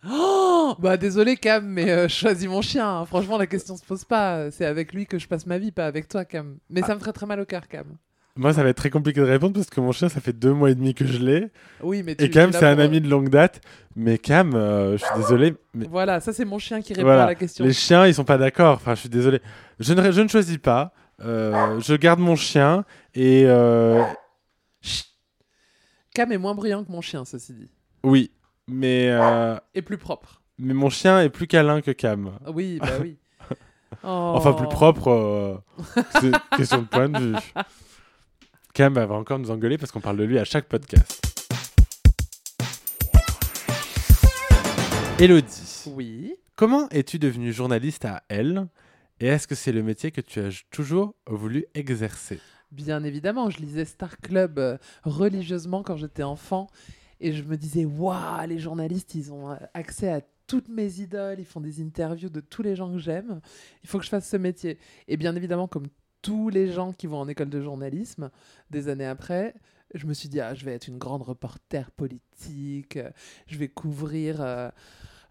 S1: Oh bah désolé Cam, mais euh, je choisis mon chien. hein.
S2: Ah.
S1: Franchement, la question se pose pas. C'est avec lui que je passe ma vie, pas avec toi Cam. Mais ça me ferait très mal au cœur Cam.
S2: Moi, ça va être très compliqué de répondre parce que mon chien, ça fait deux mois et demi que je l'ai.
S1: Oui, mais tu-
S2: Et Cam,
S1: tu l'as
S2: c'est un
S1: pour- euh,
S2: ami de longue date. Mais Cam, euh, je suis désolé, mais
S1: Voilà, ça c'est mon chien qui répond
S2: Voilà.
S1: à la question.
S2: les chiens, ils sont pas d'accord. Enfin, je suis désolé. Je ne, je ne choisis pas. Euh, je garde mon chien et euh,
S1: Cam est moins bruyant que mon chien, ceci dit.
S2: oui, mais euh,
S1: Et plus propre.
S2: mais mon chien est plus câlin que Cam.
S1: Ah Oui, bah oui. Oh.
S2: Enfin, plus propre. euh, c'est question de point de vue. Cam va encore nous engueuler parce qu'on parle de lui à chaque podcast. Elodie.
S1: Oui.
S2: Comment es-tu devenue journaliste à Elle et est-ce que c'est le métier que tu as toujours voulu exercer
S1: Bien évidemment, je lisais Star Club euh, religieusement quand j'étais enfant et je me disais waouh, les journalistes, ils ont euh, accès à toutes mes idoles, ils font des interviews de tous les gens que j'aime. Il faut que je fasse ce métier. Et bien évidemment, comme tous les gens qui vont en école de journalisme, des années après, je me suis dit ah, je vais être une grande reporter politique, euh, je vais couvrir euh,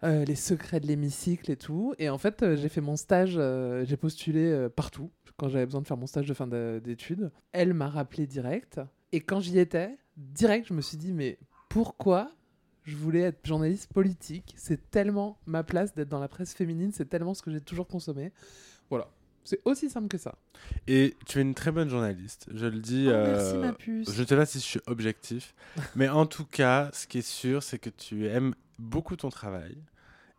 S1: euh, les secrets de l'hémicycle et tout. Et en fait, euh, j'ai fait mon stage, euh, j'ai postulé euh, partout quand j'avais besoin de faire mon stage de fin de- d'études. Elle m'a rappelé direct. Et quand j'y étais, direct, je me suis dit, mais pourquoi je voulais être journaliste politique C'est tellement ma place d'être dans la presse féminine, c'est tellement ce que j'ai toujours consommé. Voilà. C'est aussi simple que ça.
S2: Et tu es une très bonne journaliste, je le dis.
S1: Oh, merci
S2: euh,
S1: ma puce.
S2: Je ne sais pas si je suis objectif, mais en tout cas, ce qui est sûr, c'est que tu aimes beaucoup ton travail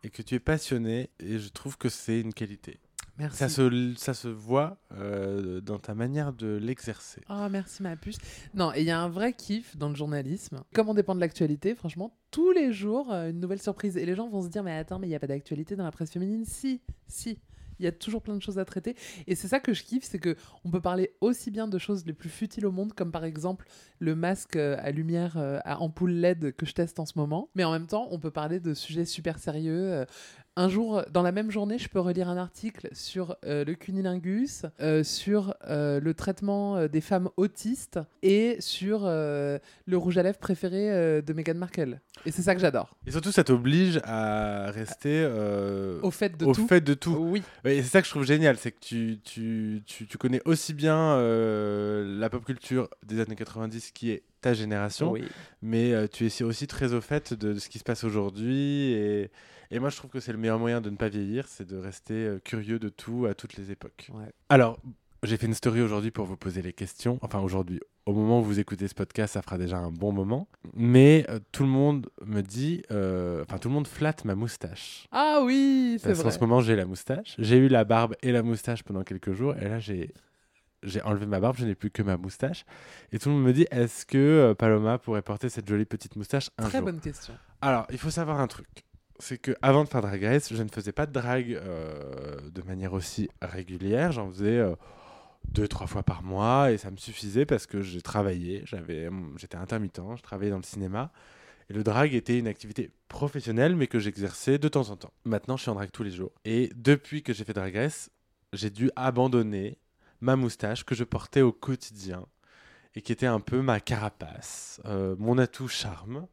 S2: et que tu es passionné et je trouve que c'est une qualité.
S1: Merci.
S2: Ça se, ça se voit euh, dans ta manière de l'exercer.
S1: Oh, merci ma puce. Non, et il y a un vrai kiff dans le journalisme. Comme on dépend de l'actualité, franchement, tous les jours, euh, une nouvelle surprise. Et les gens vont se dire, mais attends, mais il n'y a pas d'actualité dans la presse féminine. Si, si. Il y a toujours plein de choses à traiter. Et c'est ça que je kiffe, c'est que on peut parler aussi bien de choses les plus futiles au monde, comme par exemple le masque euh, à lumière euh, à ampoule LED que je teste en ce moment. Mais en même temps, on peut parler de sujets super sérieux. euh, un jour, dans la même journée, je peux relire un article sur euh, le cunilingus, euh, sur euh, le traitement euh, des femmes autistes et sur euh, le rouge à lèvres préféré euh, de Meghan Markle. Et c'est ça que j'adore.
S2: Et surtout, ça t'oblige à rester euh,
S1: Au fait de
S2: au
S1: tout.
S2: fait de tout.
S1: Oui,
S2: Ouais, Et c'est ça que je trouve génial, c'est que tu, tu, tu, tu connais aussi bien euh, la pop culture des années 90 qui est ta génération,
S1: oui.
S2: mais euh, tu es aussi très au fait de, de ce qui se passe aujourd'hui. Et, et moi, je trouve que c'est le meilleur moyen de ne pas vieillir, c'est de rester euh, curieux de tout à toutes les époques.
S1: Ouais.
S2: Alors, j'ai fait une story aujourd'hui pour vous poser les questions. Enfin, aujourd'hui, au moment où vous écoutez ce podcast, ça fera déjà un bon moment. Mais euh, tout le monde me dit, euh, enfin, tout le monde flatte ma moustache.
S1: Ah oui, c'est
S2: Parce qu'en
S1: vrai.
S2: ce moment, j'ai la moustache. J'ai eu la barbe et la moustache pendant quelques jours. Et là, j'ai j'ai enlevé ma barbe, je n'ai plus que ma moustache. Et tout le monde me dit est-ce que euh, Paloma pourrait porter cette jolie petite moustache un
S1: Très
S2: jour
S1: bonne question.
S2: Alors, il faut savoir un truc. C'est que avant de faire Drag Race, je ne faisais pas de drague euh, de manière aussi régulière. J'en faisais euh, deux, trois fois par mois et ça me suffisait parce que j'ai travaillé. J'avais, mm, j'étais intermittent, je travaillais dans le cinéma. Et le drag était une activité professionnelle, mais que j'exerçais de temps en temps. Maintenant, je suis en drag tous les jours. Et depuis que j'ai fait Drag Race, j'ai dû abandonner ma moustache que je portais au quotidien et qui était un peu ma carapace, euh, mon atout charme.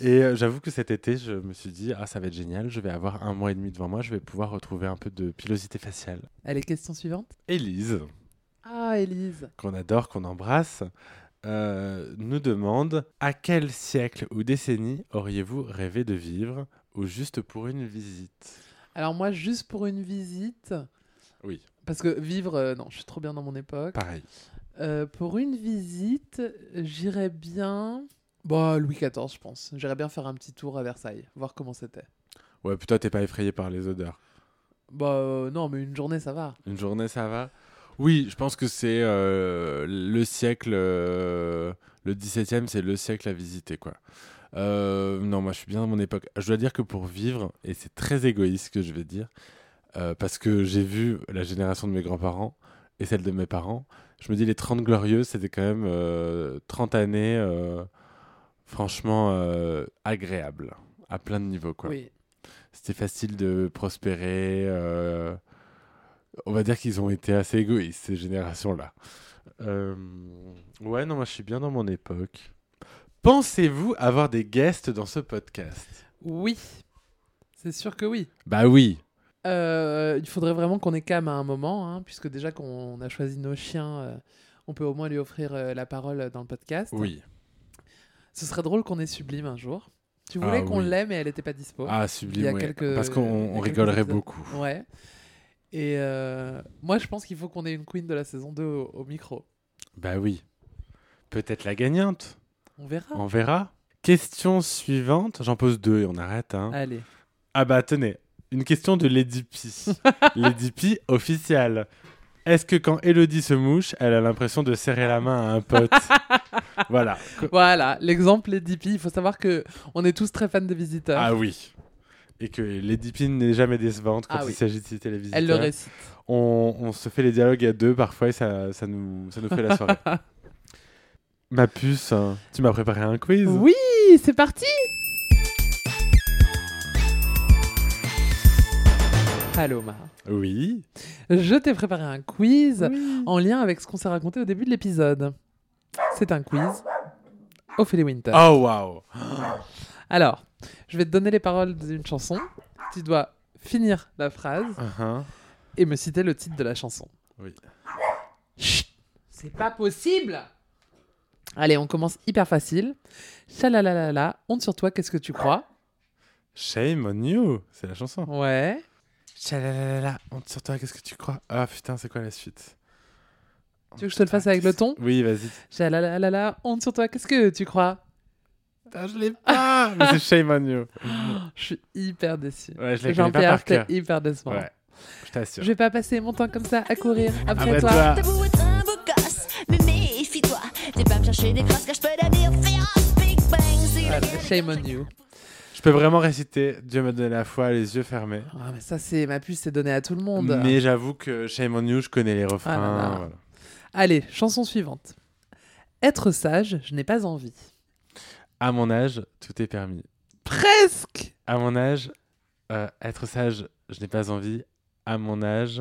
S2: Et euh, j'avoue que cet été, je me suis dit, ah, ça va être génial, je vais avoir un mois et demi devant moi, je vais pouvoir retrouver un peu de pilosité faciale.
S1: Allez, question suivante.
S2: Élise,
S1: Ah, Élise.
S2: qu'on adore, qu'on embrasse, euh, nous demande à quel siècle ou décennie auriez-vous rêvé de vivre ou juste pour une visite
S1: Alors moi, juste pour une visite,
S2: Oui,
S1: parce que vivre, euh, non, je suis trop bien dans mon époque.
S2: pareil.
S1: Euh, pour une visite, j'irais bien. Bah, Louis XIV, je pense. J'irais bien faire un petit tour à Versailles, voir comment c'était.
S2: Ouais, putain, t'es pas effrayé par les odeurs.
S1: Bah, euh, non, mais une journée, ça va.
S2: Une journée, ça va Oui, je pense que c'est euh, le siècle. euh, le 17e, c'est le siècle à visiter, quoi. Euh, non, moi, je suis bien à mon époque. Je dois dire que pour vivre, et c'est très égoïste ce que je vais dire, euh, parce que j'ai vu la génération de mes grands-parents et celle de mes parents, je me dis les 30 glorieuses, c'était quand même euh, 30 années euh, franchement euh, agréables, à plein de niveaux, quoi
S1: Oui.
S2: c'était facile de prospérer. euh, on va dire qu'ils ont été assez égoïstes, ces générations-là. Euh, ouais, non, moi je suis bien dans mon époque. Pensez-vous avoir des guests dans ce podcast
S1: Oui. C'est sûr que oui.
S2: Bah oui.
S1: Euh, il faudrait vraiment qu'on ait calme à un moment, hein, puisque déjà qu'on a choisi nos chiens, euh, On peut au moins lui offrir euh, la parole euh, dans le podcast.
S2: Oui.
S1: Ce serait drôle qu'on ait Sublime un jour. Tu voulais
S2: Ah,
S1: qu'on
S2: oui.
S1: l'aime et elle n'était pas dispo.
S2: Ah,
S1: Il y
S2: sublime.
S1: a
S2: ouais.
S1: quelques-
S2: Parce qu'on
S1: il y a
S2: on
S1: quelques
S2: rigolerait
S1: épisodes.
S2: beaucoup.
S1: Ouais. Et euh, moi, je pense qu'il faut qu'on ait une queen de la saison 2 au, au micro.
S2: Bah oui. Peut-être la gagnante.
S1: On verra.
S2: On verra. Question suivante. J'en pose deux et on arrête. Hein.
S1: Allez.
S2: Ah bah tenez, une question de Lady Pi. Lady Pi officielle. Est-ce que quand Elodie se mouche, elle a l'impression de serrer la main à un pote Voilà.
S1: Voilà, l'exemple Lady P. Il faut savoir que on est tous très fans de visiteurs.
S2: Ah oui. Et que Lady Pi n'est jamais décevante quand
S1: Ah oui.
S2: il s'agit de citer les visiteurs.
S1: elle le récite.
S2: on, on se fait les dialogues à deux parfois et ça, ça, nous, ça nous fait la soirée. Ma puce, hein, tu m'as préparé un quiz
S1: Oui, c'est parti Allô, Mara.
S2: Oui.
S1: Je t'ai préparé un quiz en lien avec ce qu'on s'est raconté au début de l'épisode. C'est un quiz Ophélie Winter.
S2: Oh waouh
S1: Alors, je vais te donner les paroles d'une chanson. Tu dois finir la phrase
S2: Uh-huh.
S1: et me citer le titre de la chanson.
S2: Oui.
S1: Chut C'est pas possible Allez, on commence hyper facile. Chalalalala, honte sur toi, qu'est-ce que tu crois
S2: Shame on you, c'est la chanson.
S1: Ouais.
S2: Chalalala, honte sur toi, qu'est-ce que tu crois Ah putain, c'est quoi la suite
S1: Tu veux que je te le fasse avec le ton
S2: Oui, vas-y.
S1: Chalalalala, honte sur toi, qu'est-ce que tu crois
S2: Putain, je l'ai pas Mais c'est Shame on you.
S1: Je suis hyper déçue.
S2: Ouais, je l'ai connais pas
S1: Jean-Pierre,
S2: par
S1: t'es
S2: cœur.
S1: hyper décevant.
S2: Ouais, je t'assure.
S1: Je vais pas passer mon temps comme ça à courir après
S2: Après
S1: toi.
S2: toi.
S5: T'as beau être un beau gosse, mais méfie-toi. T'es pas me chercher des crasses car je peux devenir féroce. Big Bang, c'est la
S1: Voilà, shame on you.
S2: Je peux vraiment réciter Dieu m'a donné la foi, les yeux fermés.
S1: Ah, mais ça, c'est ma puce, c'est donné à tout le monde.
S2: Mais j'avoue que Shame on you, je connais les refrains.
S1: Ah là là.
S2: voilà.
S1: Allez, chanson suivante. Être sage, je n'ai pas envie.
S2: À mon âge, tout est permis.
S1: Presque
S2: À mon âge, euh, être sage, je n'ai pas envie. À mon âge.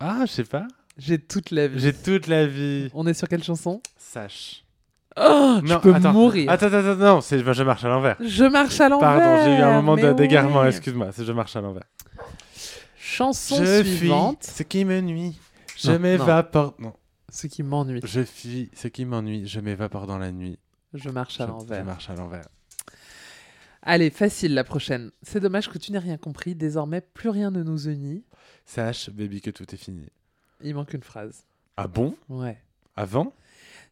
S2: Ah, je sais pas.
S1: J'ai toute la vie.
S2: J'ai toute la vie.
S1: On est sur quelle chanson
S2: Sache.
S1: Oh, je peux
S2: attends.
S1: mourir.
S2: Attends, attends, attends, non, c'est je marche à l'envers.
S1: Je marche à l'envers.
S2: Pardon, j'ai eu un moment
S1: mais
S2: de- d'égarement,
S1: ouais.
S2: excuse-moi, c'est je marche à l'envers.
S1: Chanson
S2: je
S1: suivante.
S2: fuis ce qui me nuit, je
S1: Non,
S2: m'évapore. Non.
S1: Ce qui m'ennuie.
S2: je fuis ce qui m'ennuie, je m'évapore dans la nuit.
S1: Je marche
S2: Je,
S1: à
S2: je
S1: l'envers.
S2: marche à l'envers.
S1: Allez, facile la prochaine. C'est dommage que tu n'aies rien compris. Désormais, plus rien ne nous unit.
S2: Sache, baby, que tout est fini.
S1: Il manque une phrase.
S2: Ah bon
S1: Ouais.
S2: Avant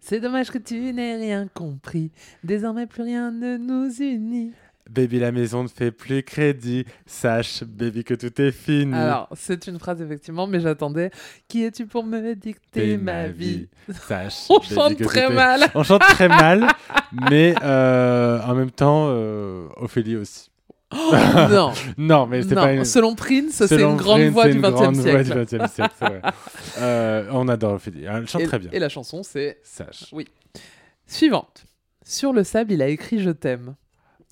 S1: C'est dommage que tu n'aies rien compris. Désormais, plus rien ne nous unit.
S2: Baby, la maison ne fait plus crédit. Sache, baby, que tout est fini.
S1: Alors, c'est une phrase effectivement, mais j'attendais. Qui es-tu pour me dicter ma vie
S2: Sache.
S1: On
S2: baby,
S1: chante
S2: que
S1: très
S2: tout est-
S1: mal.
S2: On chante très mal, mais euh, en même temps, euh, Ophélie aussi.
S1: non,
S2: Non, mais c'est
S1: non.
S2: pas une.
S1: selon Prince, c'est
S2: selon
S1: une grande
S2: Prince,
S1: voix
S2: c'est
S1: du
S2: une grande
S1: XXe
S2: voix
S1: siècle.
S2: du 20e siècle, c'est vrai. Euh, on adore Ophélie. Elle chante
S1: et,
S2: très bien.
S1: et la chanson, c'est
S2: Sache.
S1: suivante. Sur le sable, il a écrit Je t'aime.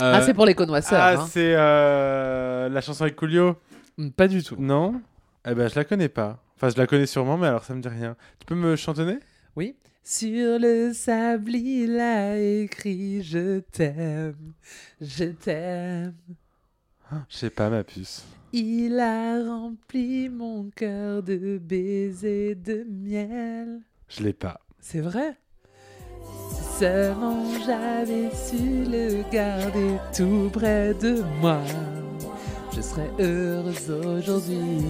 S2: Euh,
S1: ah, c'est pour les connoisseurs.
S2: Ah,
S1: hein.
S2: c'est euh, la chanson avec Coolio
S1: Mm, Pas du tout.
S2: Non Eh ben, je la connais pas. Enfin, je la connais sûrement, mais alors ça me dit rien. Tu peux me chantonner
S1: Oui. Sur le sable, il a écrit Je t'aime, je t'aime.
S2: Je sais pas, ma puce.
S1: Il a rempli mon cœur de baisers de miel.
S2: Je l'ai pas.
S1: C'est vrai Si Seulement j'avais su le garder tout près de moi. Je serais heureuse aujourd'hui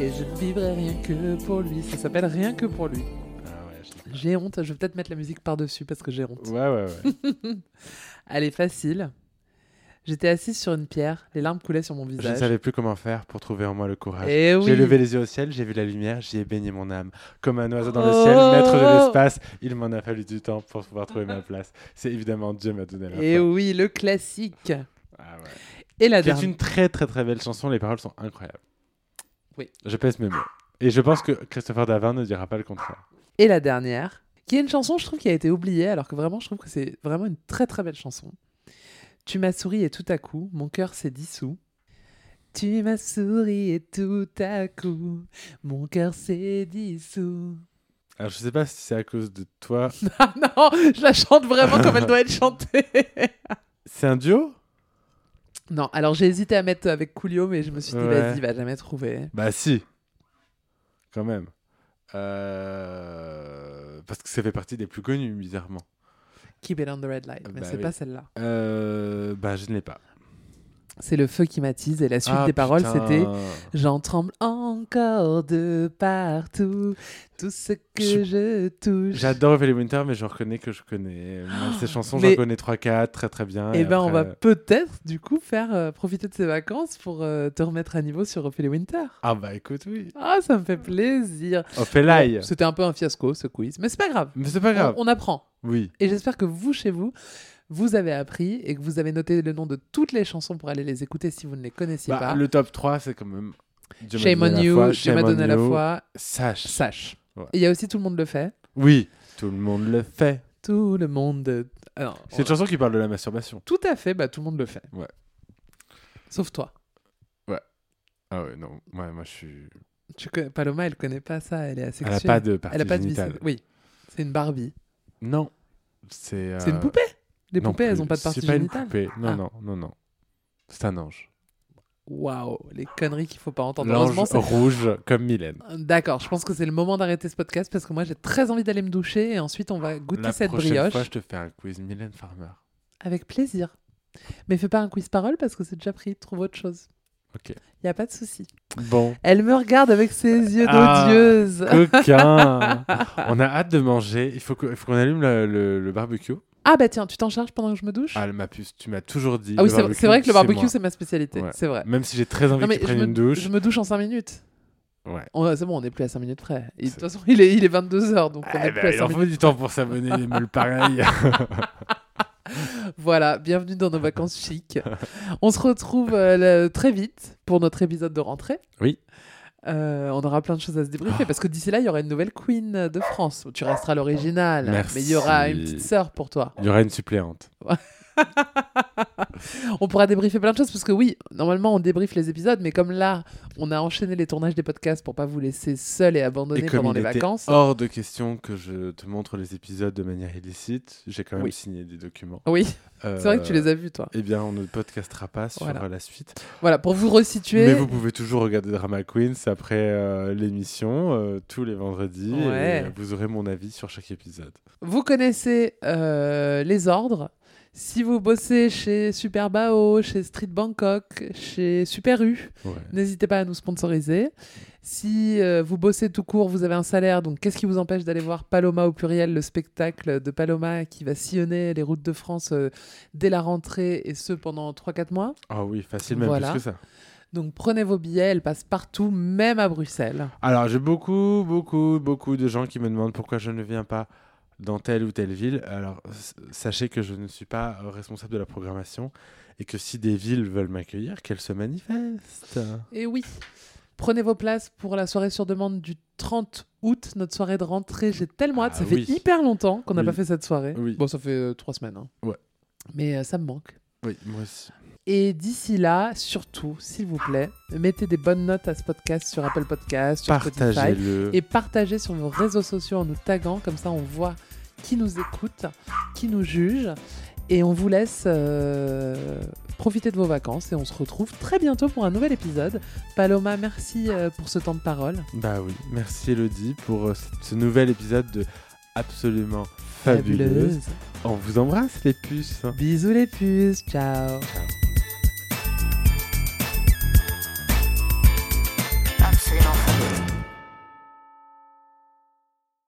S1: et je ne vivrais rien que pour lui. Ça s'appelle Rien que pour lui.
S2: Ah ouais, je l'ai
S1: J'ai honte, je vais peut-être mettre la musique par-dessus parce que j'ai honte.
S2: pas. Ouais, ouais, ouais.
S1: Elle est facile. J'étais assise sur une pierre, les larmes coulaient sur mon
S2: je ne
S1: visage.
S2: savais plus comment faire pour trouver en moi le courage.
S1: Et Euh, oui.
S2: J'ai levé les yeux au ciel, j'ai vu la lumière, j'y ai baigné mon âme. Comme un oiseau dans le ciel, maître de
S1: Oh
S2: l'espace, il m'en a fallu du temps pour pouvoir trouver ma place. C'est évidemment Dieu m'a donné
S1: Et
S2: la foi.
S1: Eh oui, le classique.
S2: Ah ouais.
S1: Et la
S2: C'est
S1: dernière.
S2: une très très très belle chanson, les paroles sont incroyables.
S1: Oui.
S2: Je pèse mes mots. Et je pense que Christopher Davin ne dira pas le contraire.
S1: Et la dernière, qui est une chanson, je trouve, qui a été oubliée, alors que vraiment, je trouve que c'est vraiment une très très belle chanson. Tu m'as souri et tout à coup, mon cœur s'est dissous. Tu m'as souri et tout à coup, mon cœur s'est dissous.
S2: Alors je sais pas si c'est à cause de toi.
S1: Ah non, je la chante vraiment comme elle doit être chantée.
S2: C'est un duo
S1: non, alors j'ai hésité à mettre avec Coolio, mais je me suis dit,
S2: Ouais.
S1: vas-y, il va jamais trouver.
S2: Bah si. Quand même. Euh, parce que ça fait partie des plus connus, bizarrement.
S1: Keep it on the red light, mais
S2: Bah
S1: c'est
S2: oui.
S1: pas celle-là.
S2: Euh, bah, je ne l'ai pas.
S1: C'est le feu qui m'attise et la suite
S2: Ah,
S1: des paroles
S2: putain.
S1: c'était J'en tremble encore de partout, tout ce que je,
S2: Je-
S1: touche.
S2: J'adore Ophélie Winter, mais je reconnais que je connais. Moi, ces chansons,
S1: mais-
S2: j'en connais 3-4 très très bien.
S1: Et ben on va
S2: après- euh,
S1: peut-être du coup faire euh, profiter de ces vacances pour euh, te remettre à niveau sur Ophélie Winter.
S2: Ah bah écoute, oui.
S1: Ah, ça me fait plaisir.
S2: Ophélie.
S1: Bon, C'était un peu un fiasco ce quiz, mais c'est pas grave.
S2: Mais c'est pas grave.
S1: On, on apprend.
S2: Oui.
S1: Et j'espère que vous, chez vous, vous avez appris et que vous avez noté le nom de toutes les chansons pour aller les écouter si vous ne les connaissiez
S2: Bah,
S1: pas.
S2: le top 3, c'est quand même. Dieu m'a
S1: Shame
S2: donné
S1: on
S2: la
S1: you,
S2: foi,
S1: Shame m'a donné la
S2: you,
S1: foi,
S2: Sache.
S1: sache.
S2: Ouais.
S1: Et il y a aussi Tout le monde le fait.
S2: Oui, tout le monde le fait.
S1: Tout le monde. Alors,
S2: C'est une chanson qui parle de la masturbation.
S1: Tout à fait, bah, tout le monde le fait.
S2: Ouais.
S1: Sauf toi.
S2: Ah ouais, non. Ouais, moi, je suis.
S1: Tu connais, Paloma, elle connaît pas ça, elle est
S2: Elle
S1: asexuée.
S2: a pas de partie
S1: Elle a pas de
S2: génitale.
S1: vis- Oui, c'est une Barbie.
S2: Non. C'est. euh,
S1: C'est une poupée. Les
S2: non
S1: poupées, elles
S2: plus.
S1: ont pas de partie
S2: C'est pas une
S1: génitale.
S2: poupée. Non,
S1: Ah.
S2: non, non, non. C'est un ange.
S1: Waouh, les conneries qu'il faut pas entendre.
S2: L'ange
S1: Heureusement, c'est-
S2: rouge comme Mylène.
S1: D'accord, je pense que c'est le moment d'arrêter ce podcast parce que moi j'ai très envie d'aller me doucher et ensuite on va goûter
S2: la
S1: cette
S2: prochaine
S1: brioche
S2: fois, je te fais un quiz Mylène Farmer.
S1: avec plaisir. Mais fais pas un quiz parole parce que c'est déjà pris, trouve autre chose.
S2: Ok.
S1: Y a pas de souci.
S2: Bon.
S1: Elle me regarde avec ses yeux
S2: Ah.
S1: d'odieuse.
S2: Coquin On a hâte de manger. Il faut que- il faut qu'on allume le, le- le barbecue.
S1: Ah bah tiens, tu t'en charges pendant que je me douche
S2: Ah, ma puce, tu m'as toujours dit.
S1: Ah oui,
S2: le
S1: c'est vrai-
S2: barbecue,
S1: c'est vrai que le barbecue,
S2: moi.
S1: c'est ma spécialité.
S2: Ouais.
S1: C'est vrai.
S2: Même si j'ai très envie
S1: Non,
S2: que
S1: mais
S2: tu
S1: je
S2: prennes
S1: me,
S2: une douche.
S1: je me douche en 5 minutes.
S2: Ouais.
S1: On- c'est bon, on n'est plus à 5 minutes près. Et De toute
S2: C'est-
S1: façon, il est, il est 22h, donc on
S2: Eh
S1: n'est
S2: ben,
S1: plus à
S2: il
S1: 5
S2: en
S1: minutes.
S2: faut du temps pour s'abonner, les meules pareilles.
S1: Voilà, bienvenue dans nos vacances chic. On se retrouve euh, le- très vite pour notre épisode de rentrée.
S2: Oui. Oh.
S1: Euh, on aura plein de choses à se débriefer parce que d'ici là, il y aura une nouvelle queen de France. Tu resteras l'original,
S2: Merci.
S1: mais il y aura une petite sœur pour toi.
S2: Il y aura une suppléante.
S1: On pourra débriefer plein de choses parce que oui, normalement on débriefe les épisodes, mais comme là on a enchaîné les tournages des podcasts pour pas vous laisser seul et abandonné
S2: Et comme
S1: pendant
S2: il
S1: les
S2: était
S1: vacances.
S2: hors de question que je te montre les épisodes de manière illicite, j'ai quand même
S1: Oui.
S2: signé des documents.
S1: Oui, c'est vrai que tu les as vus toi.
S2: Eh bien, on ne podcastera pas sur
S1: Voilà.
S2: euh, la suite.
S1: Voilà, pour vous resituer.
S2: Mais vous pouvez toujours regarder Drama Queens après euh, l'émission, euh, tous les vendredis. et,
S1: Ouais.
S2: euh, vous aurez mon avis sur chaque épisode.
S1: Vous connaissez euh, les ordres. Si vous bossez chez Super Bao, chez Street Bangkok, chez Super U,
S2: Ouais.
S1: n'hésitez pas à nous sponsoriser. Si euh, vous bossez tout court, vous avez un salaire, donc qu'est-ce qui vous empêche d'aller voir Paloma au pluriel, le spectacle de Paloma qui va sillonner les routes de France euh, dès la rentrée et ce pendant 3-4 mois
S2: Ah oui, facile, même
S1: Voilà.
S2: plus que ça.
S1: Donc prenez vos billets, elle passe partout, même à Bruxelles.
S2: Alors, j'ai beaucoup, beaucoup, beaucoup de gens qui me demandent pourquoi je ne viens pas dans telle ou telle ville. Alors, s- sachez que je ne suis pas euh, responsable de la programmation et que si des villes veulent m'accueillir, qu'elles se manifestent.
S1: Et oui, prenez vos places pour la soirée sur demande du 30 août, notre soirée de rentrée. J'ai tellement hâte,
S2: Ah
S1: ça
S2: oui.
S1: fait hyper longtemps qu'on n'a
S2: Oui.
S1: pas fait cette soirée.
S2: Oui.
S1: Bon, ça fait euh, trois semaines. hein.
S2: Ouais.
S1: Mais euh, ça me manque.
S2: Oui, moi aussi.
S1: Et d'ici là, surtout, s'il vous plaît, mettez des bonnes notes à ce podcast sur Apple Podcast, sur Spotify.
S2: Partagez-le.
S1: Et partagez sur vos réseaux sociaux en nous taguant, comme ça on voit qui nous écoute, qui nous juge. Et on vous laisse euh, profiter de vos vacances et on se retrouve très bientôt pour un nouvel épisode. Paloma, merci euh, pour ce temps de parole.
S2: Bah oui, merci Elodie pour euh, c- ce nouvel épisode de Absolument Fabuleuse. On vous embrasse les puces.
S1: Bisous les puces, ciao.
S2: Ciao.